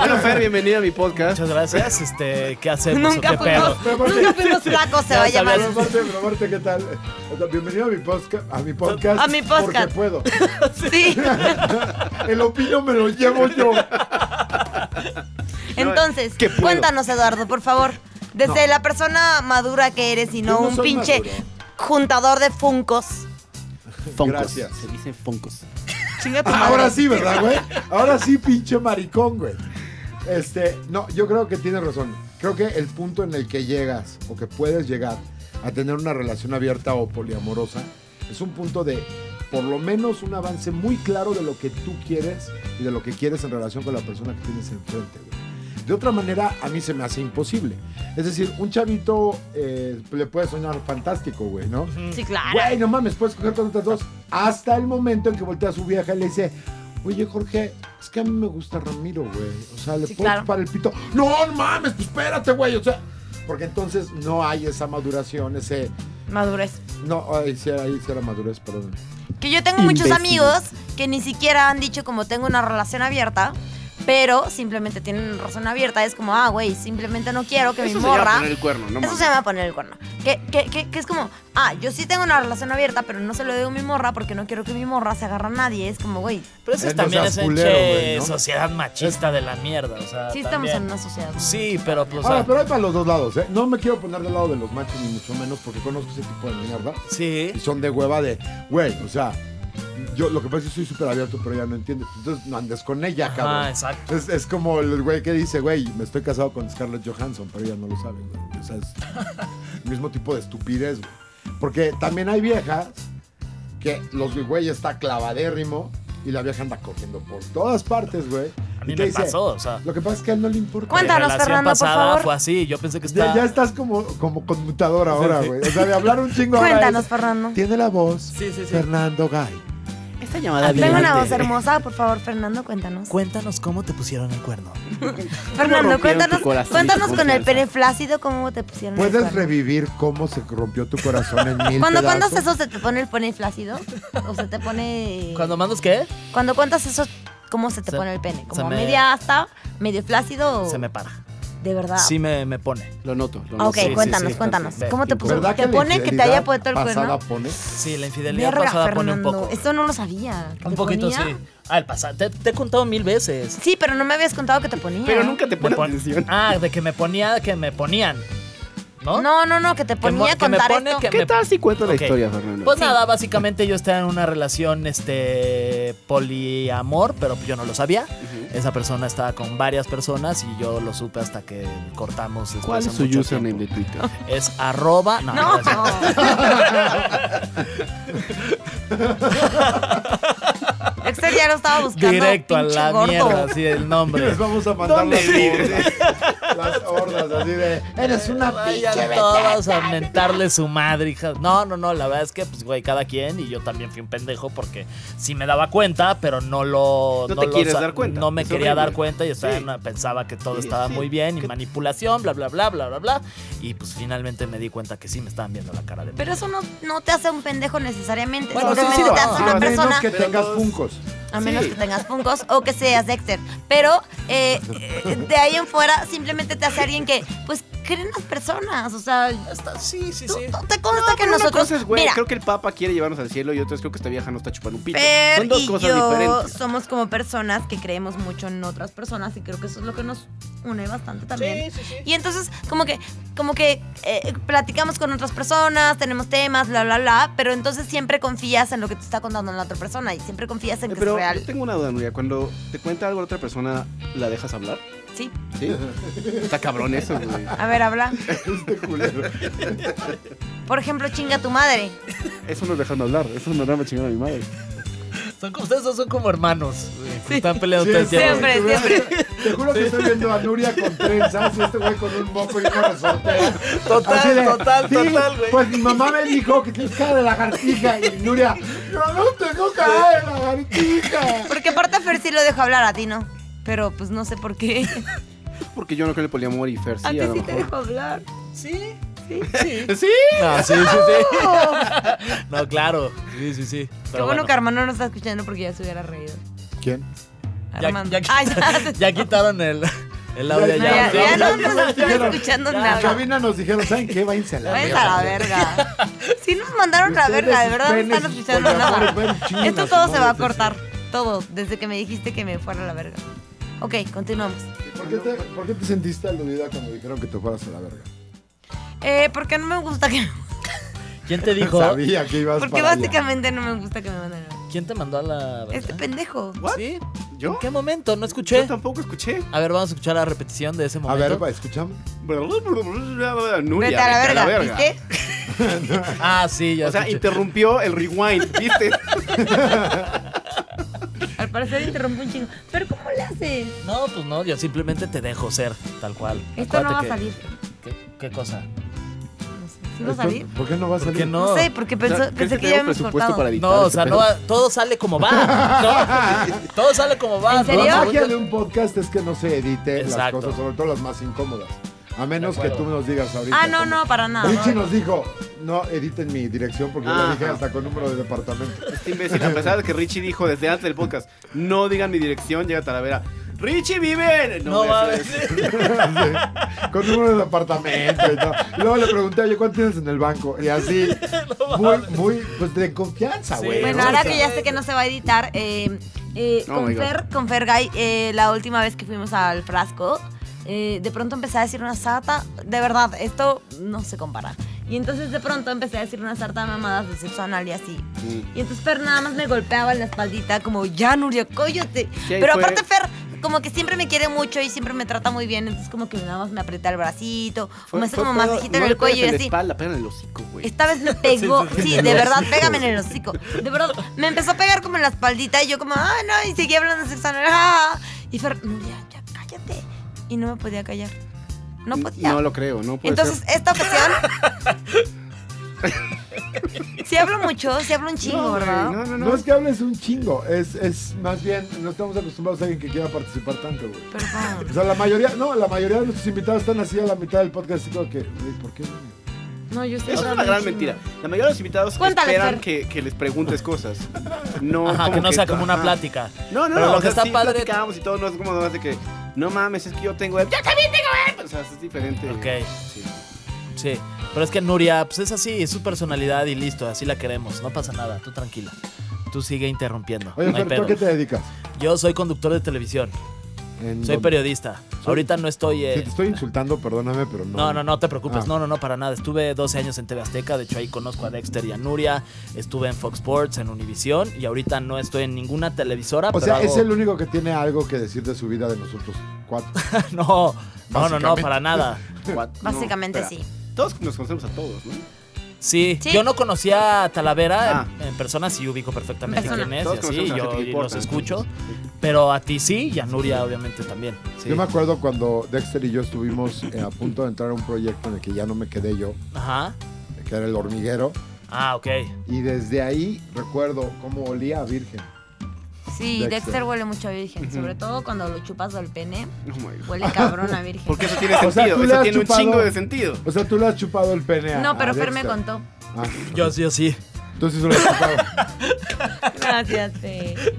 Bueno, Fer, bienvenida a mi podcast. Muchas gracias. Este, ¿qué [LAUGHS] hacemos? Nunca ¿Qué pedo? fuimos, nunca fuimos flacos, se Ya va a llamar. [LAUGHS] sabías. Aparte, pero aparte, ¿qué tal? O sea, bienvenido a mi, podcast, a mi podcast. A mi podcast. Porque puedo. [LAUGHS] Sí. El opino me lo llevo yo. Entonces, ¿qué puedo? cuéntanos, Eduardo, por favor. Desde la persona madura que eres y no, Yo no un soy pinche maduro. juntador de funcos. Foncos. Gracias. Se dice Foncos. Chinga tu madre. Ahora sí, ¿verdad, güey? Ahora sí, pinche maricón, güey. Este, no, yo creo que tienes razón. Creo que el punto en el que llegas o que puedes llegar a tener una relación abierta o poliamorosa es un punto de por lo menos un avance muy claro de lo que tú quieres y de lo que quieres en relación con la persona que tienes enfrente, güey. De otra manera, a mí se me hace imposible. Es decir, un chavito eh, le puede soñar fantástico, güey, ¿no? Sí, claro. Güey, no mames, puedes coger con otras dos. Hasta el momento en que voltea a su vieja y le dice, oye, Jorge, es que a mí me gusta Ramiro, güey. O sea, le Sí, puedo claro. chupar el pito. No, no mames, pues espérate, güey. O sea, porque entonces no hay esa maduración, ese... Madurez. No, ahí sí, ahí sí era madurez, perdón. Que yo tengo muchos Imbéciles. amigos que ni siquiera han dicho como tengo una relación abierta, pero simplemente tienen una relación abierta. Es como, ah, güey, simplemente no quiero que Eso mi se llama morra. poner el cuerno, no Eso mames. se llama poner el cuerno. Que, que- que- que es como, ah, yo sí tengo una relación abierta, pero no se lo digo a mi morra porque no quiero que mi morra se agarre a nadie. Es como, güey, Pero eso Eh, no también seas es en culero, güey, ¿no? sociedad machista de la mierda. O sea, sí estamos Ah, también. en una sociedad. Sí, pero pues. o sea, Ahora, pero hay para los dos lados, ¿eh? No me quiero poner del lado de los machos ni mucho menos porque conozco ese tipo de mierda. Sí. Y son de hueva de, güey, o sea, yo lo que pasa es que soy súper abierto, pero ya no entiendes. Entonces no andes con ella, cabrón. Ah, exacto. Es, es como el güey que dice, güey, me estoy casado con Scarlett Johansson, pero ella no lo sabe, güey. O sea, es el mismo tipo de estupidez, güey. Porque también hay viejas que los güey está clavadérrimo y la vieja anda cogiendo por todas partes, güey. A Y mí te me dice, pasó, o sea. Lo que pasa es que a él no le importa. Cuenta. Cuéntanos, mi relación Fernando, por pasada favor. fue así. Yo pensé que Ya, estaba. ya estás como, como conmutador ahora, Sí, sí. güey. O sea, de hablar un [LAUGHS] chingo ahora Cuéntanos, es, Fernando. Tiene la voz Sí, sí, sí. Fernando Gay. Esta llamada Tengo una Adelante. voz hermosa, por favor, Fernando, cuéntanos. Cuéntanos cómo te pusieron el cuerno. Fernando, rompieron cuéntanos, tu corazón y tu cuéntanos con el confianza? pene flácido cómo te pusieron. el ¿Puedes cuerno. revivir cómo se rompió tu corazón en mil Cuando pedazos? cuentas eso se te pone el pene flácido o se te pone ¿Cuándo mandas qué? cuando cuentas eso cómo se te Se- pone el pene, se como me- media hasta, medio flácido o Se me para. de verdad. Sí, me, me pone. Lo noto, lo Ah, noto. Ok, Sí, sí, cuéntanos, sí. cuéntanos. Ve, ¿Cómo te puso? ¿Verdad ¿Te la pone que te infidelidad haya puesto el pasada cuerno? pone? Sí, la infidelidad Verga, pasada pone un Fernando. poco. Esto no lo sabía. Un ¿Te poquito, ponía? sí. Ah, el pasado. Te, te he contado mil veces. Sí, pero no me habías contado que te ponía. Pero nunca [LAUGHS] te Me pones pon- atención. Ah, de que me ponía, que me ponían. ¿No? No, no, no, que te mo- ponía a que me contar pone esto. que- ¿Qué me- tal si cuento Ok. la historia, Fernando? Pues Sí. nada, básicamente yo estaba en una relación este poliamor, pero yo no lo sabía. Ujú. Esa persona estaba con varias personas y yo lo supe hasta que cortamos. después ¿Cuál de es su mucho username tiempo. de Twitter? Es arroba. No, No. no, [LAUGHS] no. Dexter Este ya lo estaba buscando. Directo a pinche la gordo. mierda, así el nombre. [LAUGHS] Les vamos a mandar ¿Dónde las vives? hordas. [LAUGHS] Las hordas, así de. Eres una Vayan pinche todos a mentarle su madre, hija. No, no, no, la verdad es que, pues, güey, cada quien. Y yo también fui un pendejo porque sí me daba cuenta, pero no lo. No te lo quieres sa- dar cuenta, No me es quería horrible. dar cuenta y estaba Sí. en una- pensaba que todo Sí, estaba sí. muy bien y ¿Qué- manipulación, bla, bla, bla, bla, bla, bla. Y pues finalmente me di cuenta que sí me estaban viendo la cara de Pero eso no, no te hace un pendejo necesariamente. Bueno, simplemente sí, sí lo te hace. hace una A menos persona. que tengas Pero- funcos. A menos Sí. que tengas Funkos o que seas Dexter. Pero eh, eh, de ahí en fuera simplemente te hace alguien que, pues, creen las personas. O sea, Sí, sí, tú- sí. tú- te consta que Pero una nosotros. cosa es, güey, mira, creo que el Papa quiere llevarnos al cielo y otra es creo que esta vieja no está chupando un pito. Fer Son dos y cosas yo diferentes. somos como personas que creemos mucho en otras personas y creo que eso es lo que nos une bastante también. Y entonces, como que, como que eh, platicamos con otras personas, tenemos temas, bla, bla, bla, pero entonces siempre confías en lo que te está contando la otra persona y siempre confías en Eh, que Pero es real. yo tengo una duda, Nuria. Cuando te cuenta algo la otra persona, ¿la dejas hablar? Sí. ¿Sí? [LAUGHS] Está cabrón eso, [LAUGHS] güey. A ver, habla. Este culero. Por ejemplo, chinga tu madre. Eso nos dejan hablar. Eso nos van a chingar a mi madre. Son como, ustedes dos son como hermanos. güey, que Están peleando todo el Sí, tiempo. Siempre, güey. siempre. Te juro que estoy viendo a Nuria con trenzas y este güey con un moco y una resortera. Así de, Total, total, "Sí, total, güey. Pues mi mamá me dijo que tienes cara de lagartija. Y Nuria, yo no tengo cara de lagartija. Porque aparte Fer sí lo dejo hablar a ti, ¿no? Pero pues no sé por qué. Porque yo no creo en el poliamor y Fer, sí, a a, ti lo [LAUGHS] sí te mejor. dejo hablar. Sí, sí, sí. ¿Sí? No, sí, sí, [LAUGHS] sí. No, claro. Sí, sí, sí. Qué Pero bueno, que Armando no está escuchando porque ya se hubiera reído. ¿Quién? Ya- Armando. ya- Ah, ya. [LAUGHS] Ya quitaron el, el audio. No, Ya, ya, ya no nos ya, están ya, escuchando ya, En nada. cabina nos dijeron, ¿saben qué? Váyanse a la Váyanse a la verga. Sí nos mandaron la verga, de verdad no están escuchando nada. Esto todo se va a cortar. Todo, desde que me dijiste que me fuera a la verga. Ok, continuamos. ¿Por qué, te, ¿Por qué te sentiste aludida cuando dijeron que te fueras a la verga? Eh, porque no me gusta que... ¿Quién te [LAUGHS] dijo? Sabía que ibas Porque para allá. básicamente no me gusta que me manden a la verga. ¿Quién te mandó a la.? Este pendejo. ¿What? ¿Sí? ¿Yo? ¿En qué momento? No escuché. Yo tampoco escuché. A ver, vamos a escuchar la repetición de ese A momento. ver, va, escuchamos. Nuria, Vete a la verga, ¿viste? Ah, sí, ya O sea, escuché. interrumpió el rewind, ¿viste? Al parecer interrumpe un chingo. Pero ¿cómo le haces? No, pues no, yo simplemente te dejo ser, tal cual. Esto no va a Acuérdate salir. que- ¿Qué, qué cosa? No sé. ¿Sí va a Esto- salir? ¿Por qué no va a ¿Por qué salir? no? No sé, porque pensó- O sea, ¿crees [LAUGHS] pensé que ya tenemos habíamos presupuesto cortado. para editar No, o este sea, no pedo? va- todo sale como va. ¿no? Todo sale como va. ¿En ¿no? serio? La ¿Sería? magia de un podcast es que no se edite Exacto. las cosas, sobre todo las más incómodas. A menos De que acuerdo. tú nos digas ahorita. Ah, no, cómo. no, para nada. Richie nos dijo, no editen mi dirección porque yo lo dije Ajá. hasta con número de departamento. [LAUGHS] Este imbécil, a pesar de que Richie dijo desde antes del podcast, no digan mi dirección, llega Talavera. ¡Richie vive! en-". No voy a hacer mames. eso. Sí, con número de departamento y todo. Y Luego le pregunté, oye, ¿cuánto tienes en el banco? Y [LAUGHS] así, muy, muy, pues de confianza, Sí. güey. Pero Bueno, ¿no? ahora O sea, que ya sé que no se va a editar, eh, eh, Oh my con, God. Fer, con Fer Guy, eh, la última vez que fuimos al frasco, eh, de pronto empecé a decir una sarta, de verdad, esto no se compara. Y entonces de pronto empecé a decir una sarta de mamadas de sexo anal y así. Mm. Y entonces Fer nada más me golpeaba en la espaldita como, ya Nuria, cóllate. Sí, ahí Pero fue- aparte Fer, como que siempre me quiere mucho y siempre me trata muy bien, entonces como que nada más me aprieta el bracito, o me hace Fue [LAUGHS] como pedo, masajito en no le el pegues cuello y la así. espalda, pégale en el hocico, güey. Esta vez me pegó, Sí, sí, sí, sí, en de el verdad, hocico. pégame en el hocico. De verdad, me empezó a pegar como en la espaldita y yo como, ah, no, y seguía hablando de sexo anal. ah. Y Fer, "No, ya, ya, cállate. Y no me podía callar. No podía. Mm, No lo creo, no puede Entonces, ser. esta ocasión... Si hablo mucho, si hablo un chingo, no, güey, ¿verdad? no, no, no. No es que hables un chingo, es, es más bien, no estamos acostumbrados a alguien que quiera participar tanto, güey. Pero vamos. O sea, la mayoría, no, la mayoría de nuestros invitados están así a la mitad del podcast, así como que, güey, ¿por qué? viene? No, yo estoy Eso es hablando una un gran chingo. mentira. La mayoría de los invitados Cuéntale, esperan Fer. que, que les preguntes cosas. No, Ajá, que como no sea como una ajá. plática. No, no, Pero no. lo o que sea, está sí padre- platicábamos y todo, no es como nomás de que, no mames, es que yo tengo... el- ¡Yo también tengo el-". O sea, es diferente. Ok. Sí. Sí. Pero es que Nuria, pues es así, es su personalidad y listo, así la queremos. No pasa nada, tú tranquila. Tú sigue interrumpiendo. Oye, no hay Fer, ¿tú a qué pedo. te dedicas? Yo soy conductor de televisión, ¿En soy dónde? periodista. Ahorita no estoy. eh, Si te estoy insultando, perdóname, pero no. No, no, no te preocupes. Ah. No, no, no, para nada. Estuve 12 años en TV Azteca. De hecho, ahí conozco a Dexter y a Nuria. Estuve en Fox Sports, en Univisión. Y ahorita no estoy en ninguna televisora. O pero sea, hago- es el único que tiene algo que decir de su vida de nosotros cuatro. [LAUGHS] No, no, no, no, Básicamente. para nada. What? No, Básicamente espera. sí. Todos nos conocemos a todos, ¿no? Sí, Sí. yo no conocía a Talavera Ah. en, en persona, sí ubico perfectamente Persona. quién es. Todos Y así, conocemos a gente yo que y los importa, escucho. entonces, sí. Pero a ti sí y a Nuria, obviamente, también. Sí. Yo me acuerdo cuando Dexter y yo estuvimos eh, a punto de entrar a un proyecto en el que ya no me quedé yo, Ajá. que era el hormiguero, Ah, ok. y desde ahí recuerdo cómo olía a virgen. Sí, Dexter. Dexter, huele mucho a virgen, sobre todo cuando lo chupas del pene, Oh my God. huele cabrón a virgen. Porque eso [LAUGHS] tiene O sea, sentido, tú le eso has tiene chupado- un chingo de sentido. O sea, tú le has chupado el pene a No, pero a Fer me Dexter. contó. Ah, Yo, yo sí. [LAUGHS] Entonces lo has chupado. Gracias, Fer.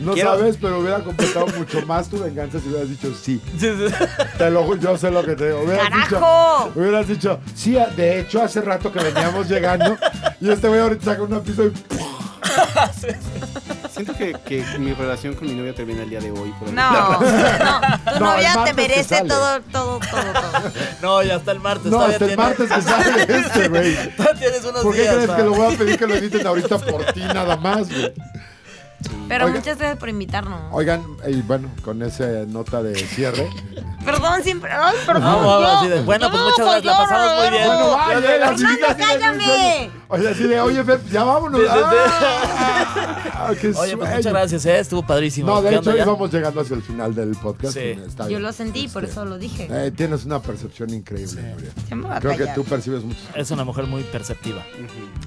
No Quiero- sabes, pero hubiera completado mucho más tu venganza si hubieras dicho sí. Te lo ju- yo sé lo que te digo. Hubieras ¡Carajo! Dicho, hubieras dicho, sí, a- de hecho, hace rato que veníamos llegando y este güey ahorita saca una piso y Siento que, que mi relación con mi novia termina el día de hoy. por No, ejemplo. no, tu No, el novia martes te que merece sale. todo, todo, todo, todo. No, ya hasta el martes. No, todavía hasta el tiene- martes que sale este, güey. [LAUGHS] Todavía Tienes unos ¿Por qué días. crees pa. que lo voy a pedir que lo editen ahorita por ti nada más, güey? Pero Oiga. muchas gracias por invitarnos. Oigan, y bueno, con esa nota de cierre. Perdón, siempre. Ay, perdón. No, vamos yo. así de, bueno, pues No, muchas gracias, la pues, no, pasamos muy bien. Bueno, vaya, Ya la llegamos. chiquita Armando, así de- cállame. Oye, así de, oye, Pep, ya vámonos. Sí, sí, sí. Ah, qué Oye, pues sueño. muchas gracias, ¿eh? estuvo padrísimo. No, de ¿Qué hecho onda ya? íbamos llegando hacia el final del podcast. Sí. y está Yo bien. lo sentí, por Este, eso lo dije. eh, tienes una percepción increíble, Nuria. Ah, Ya me voy a Creo que callar. tú percibes mucho. Es una mujer muy perceptiva.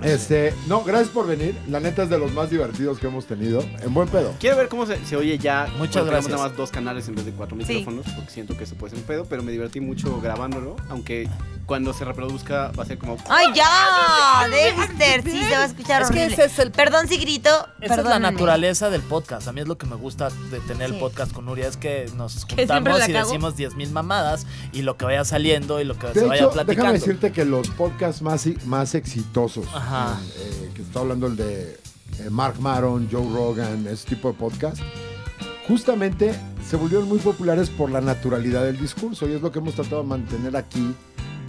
Este, no, gracias por venir. La neta es de los más divertidos que hemos tenido. En buen pedo. Quiero ver cómo se, se oye ya. Muchas cuando tenemos gracias. Nada más dos canales en vez de cuatro micrófonos, porque siento que eso puede ser un pedo, pero me divertí mucho grabándolo, aunque cuando se reproduzca va a ser como... Ay, ya, Dexter, sí se va a escuchar Es que horrible. ese es el- Perdón si grito, Esa es la perdónenme. naturaleza del podcast. A mí es lo que me gusta de tener el Sí. podcast con Nuria, es que [LAUGHS] nos siempre juntamos la y cago. decimos 10.000 mamadas y lo que vaya saliendo y lo que De se vaya hecho, déjame platicando. decirte que los podcasts más, i- más exitosos, Ajá. eh, que está hablando el de eh, Mark Maron, Joe Rogan, ese tipo de podcast, justamente se volvieron muy populares por la naturalidad del discurso y es lo que hemos tratado de mantener aquí.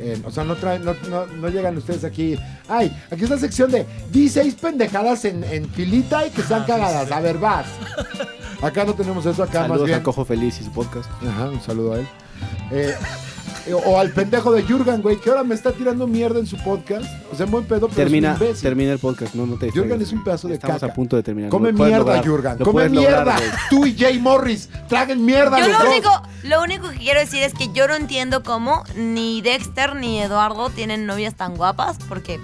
en- o sea, no, traen, no, no- no llegan ustedes aquí. Ay, aquí es la sección de di seis pendejadas en, en filita y que Ah, están cagadas. A ver, vas. Acá no tenemos eso, acá más Saludos bien. a Cojo Feliz y su podcast. Ajá, un saludo a él. Eh, o al pendejo de Jurgen, güey, que ahora me está tirando mierda en su podcast. O sea, en buen pedo, pero Termina, es un imbécil. termina el podcast, no, no te Jürgen distraigas, es un güey. pedazo de Estamos caca. a punto de terminar. Come Lo puedes mierda, lograr, Jurgen. lo Come puedes lograr, mierda. güey. Tú y Jay Morris traguen mierda. Yo los lo dos. único, lo único que quiero decir es que yo no entiendo cómo ni Dexter ni Eduardo tienen novias tan guapas, porque.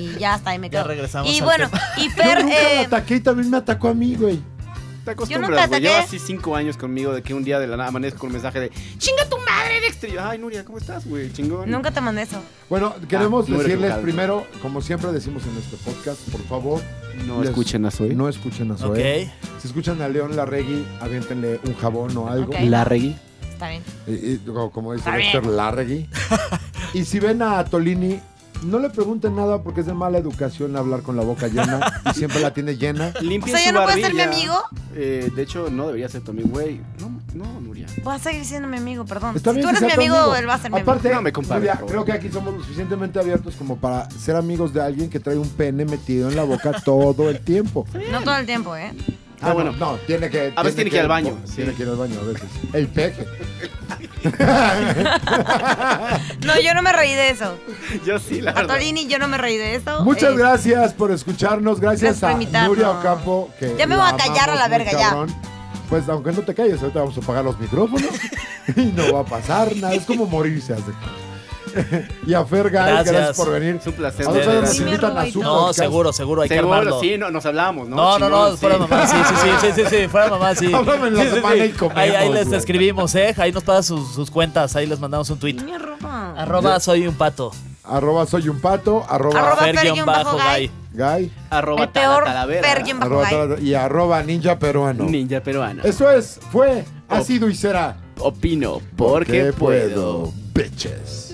Y ya está, ahí me Ya quedo. regresamos Y al bueno, tema. y Yo Fer. nunca eh, la ataqué y también me atacó a mí, güey. Te Yo nunca acostumbras, güey. ataqué. Llevas así cinco años conmigo de que un día de la nada amanezco con un mensaje de ¡Chinga tu madre, Dexter! "Te- Ay, Nuria, ¿cómo estás, güey? Chingón. nunca te mandé eso. Bueno, queremos no eres decirles educado. primero, como siempre decimos en nuestro podcast, por favor, No les- escuchen a Zoe. no escuchen a Ok. Zoe. Si escuchan a León Larregui, aviéntenle un jabón o algo. Ok. La regui. Está bien. Y- y, como- como dice Está bien. Dexter [LAUGHS] Larregui. y si ven a Tolini, no le pregunten nada porque es de mala educación hablar con la boca llena y siempre la tiene [LAUGHS] llena. O Limpien sea, su ¿ya no puedes ser mi barbilla. amigo? Eh, de hecho, no debería ser tu amigo, güey. No, no, [LAUGHS] Nuria. Voy a seguir siendo mi amigo, perdón. Está si bien tú que eres sea mi tu amigo, él va a ser mi Aparte, No me compares, Julia, por creo favor. que aquí somos lo suficientemente abiertos como para ser amigos de alguien que trae un pene metido en la boca todo el tiempo. amigo. No todo el tiempo, ¿eh? Ah, bueno. No, no, tiene que. A veces tiene que ir al baño, sí. Tiene que ir al baño a veces. El peje. No, yo no me reí de eso. Yo sí, la A verdad. Torini, yo no me reí de eso. Muchas Eh, gracias por escucharnos. Gracias, Gracias por a invitarnos. Nuria Ocampo. Que Ya me la voy a callar a la amamos muy verga, ya. cabrón. Pues aunque no te calles, ahorita vamos a apagar los [LAUGHS] micrófonos y no va a pasar nada. Es como morirse. haz de cuenta. [LAUGHS] y a Fer Gael, gracias. Gracias. por venir. Es un placer. Vamos a ver ustedes. si nos invitan a su No, podcast. seguro, seguro, hay que armarlo. Seguro, sí, no, nos hablamos, ¿no? No, no, no, Chingón, fuera sí. mamá, sí, sí, sí, sí, sí, sí, fuera [LAUGHS] mamá, sí. Háblame en la Sí, sí, semana sí. y comemos, Ahí, ahí les güey. escribimos, ¿eh? Ahí nos pasan sus, sus cuentas, ahí les mandamos un tweet. Niña ropa. Arroba soy un pato. Arroba soy un pato, arroba, Arroba Fer Fer guión guión bajo bajo gay. guy. Guy, [LAUGHS] Arroba El peor talavera. Fer guión bajo arroba guy. tal- y arroba ninja peruano. Ninja peruana. Eso es, fue, ha Oh. sido y será. Opino porque ¿Qué puedo. Bitches.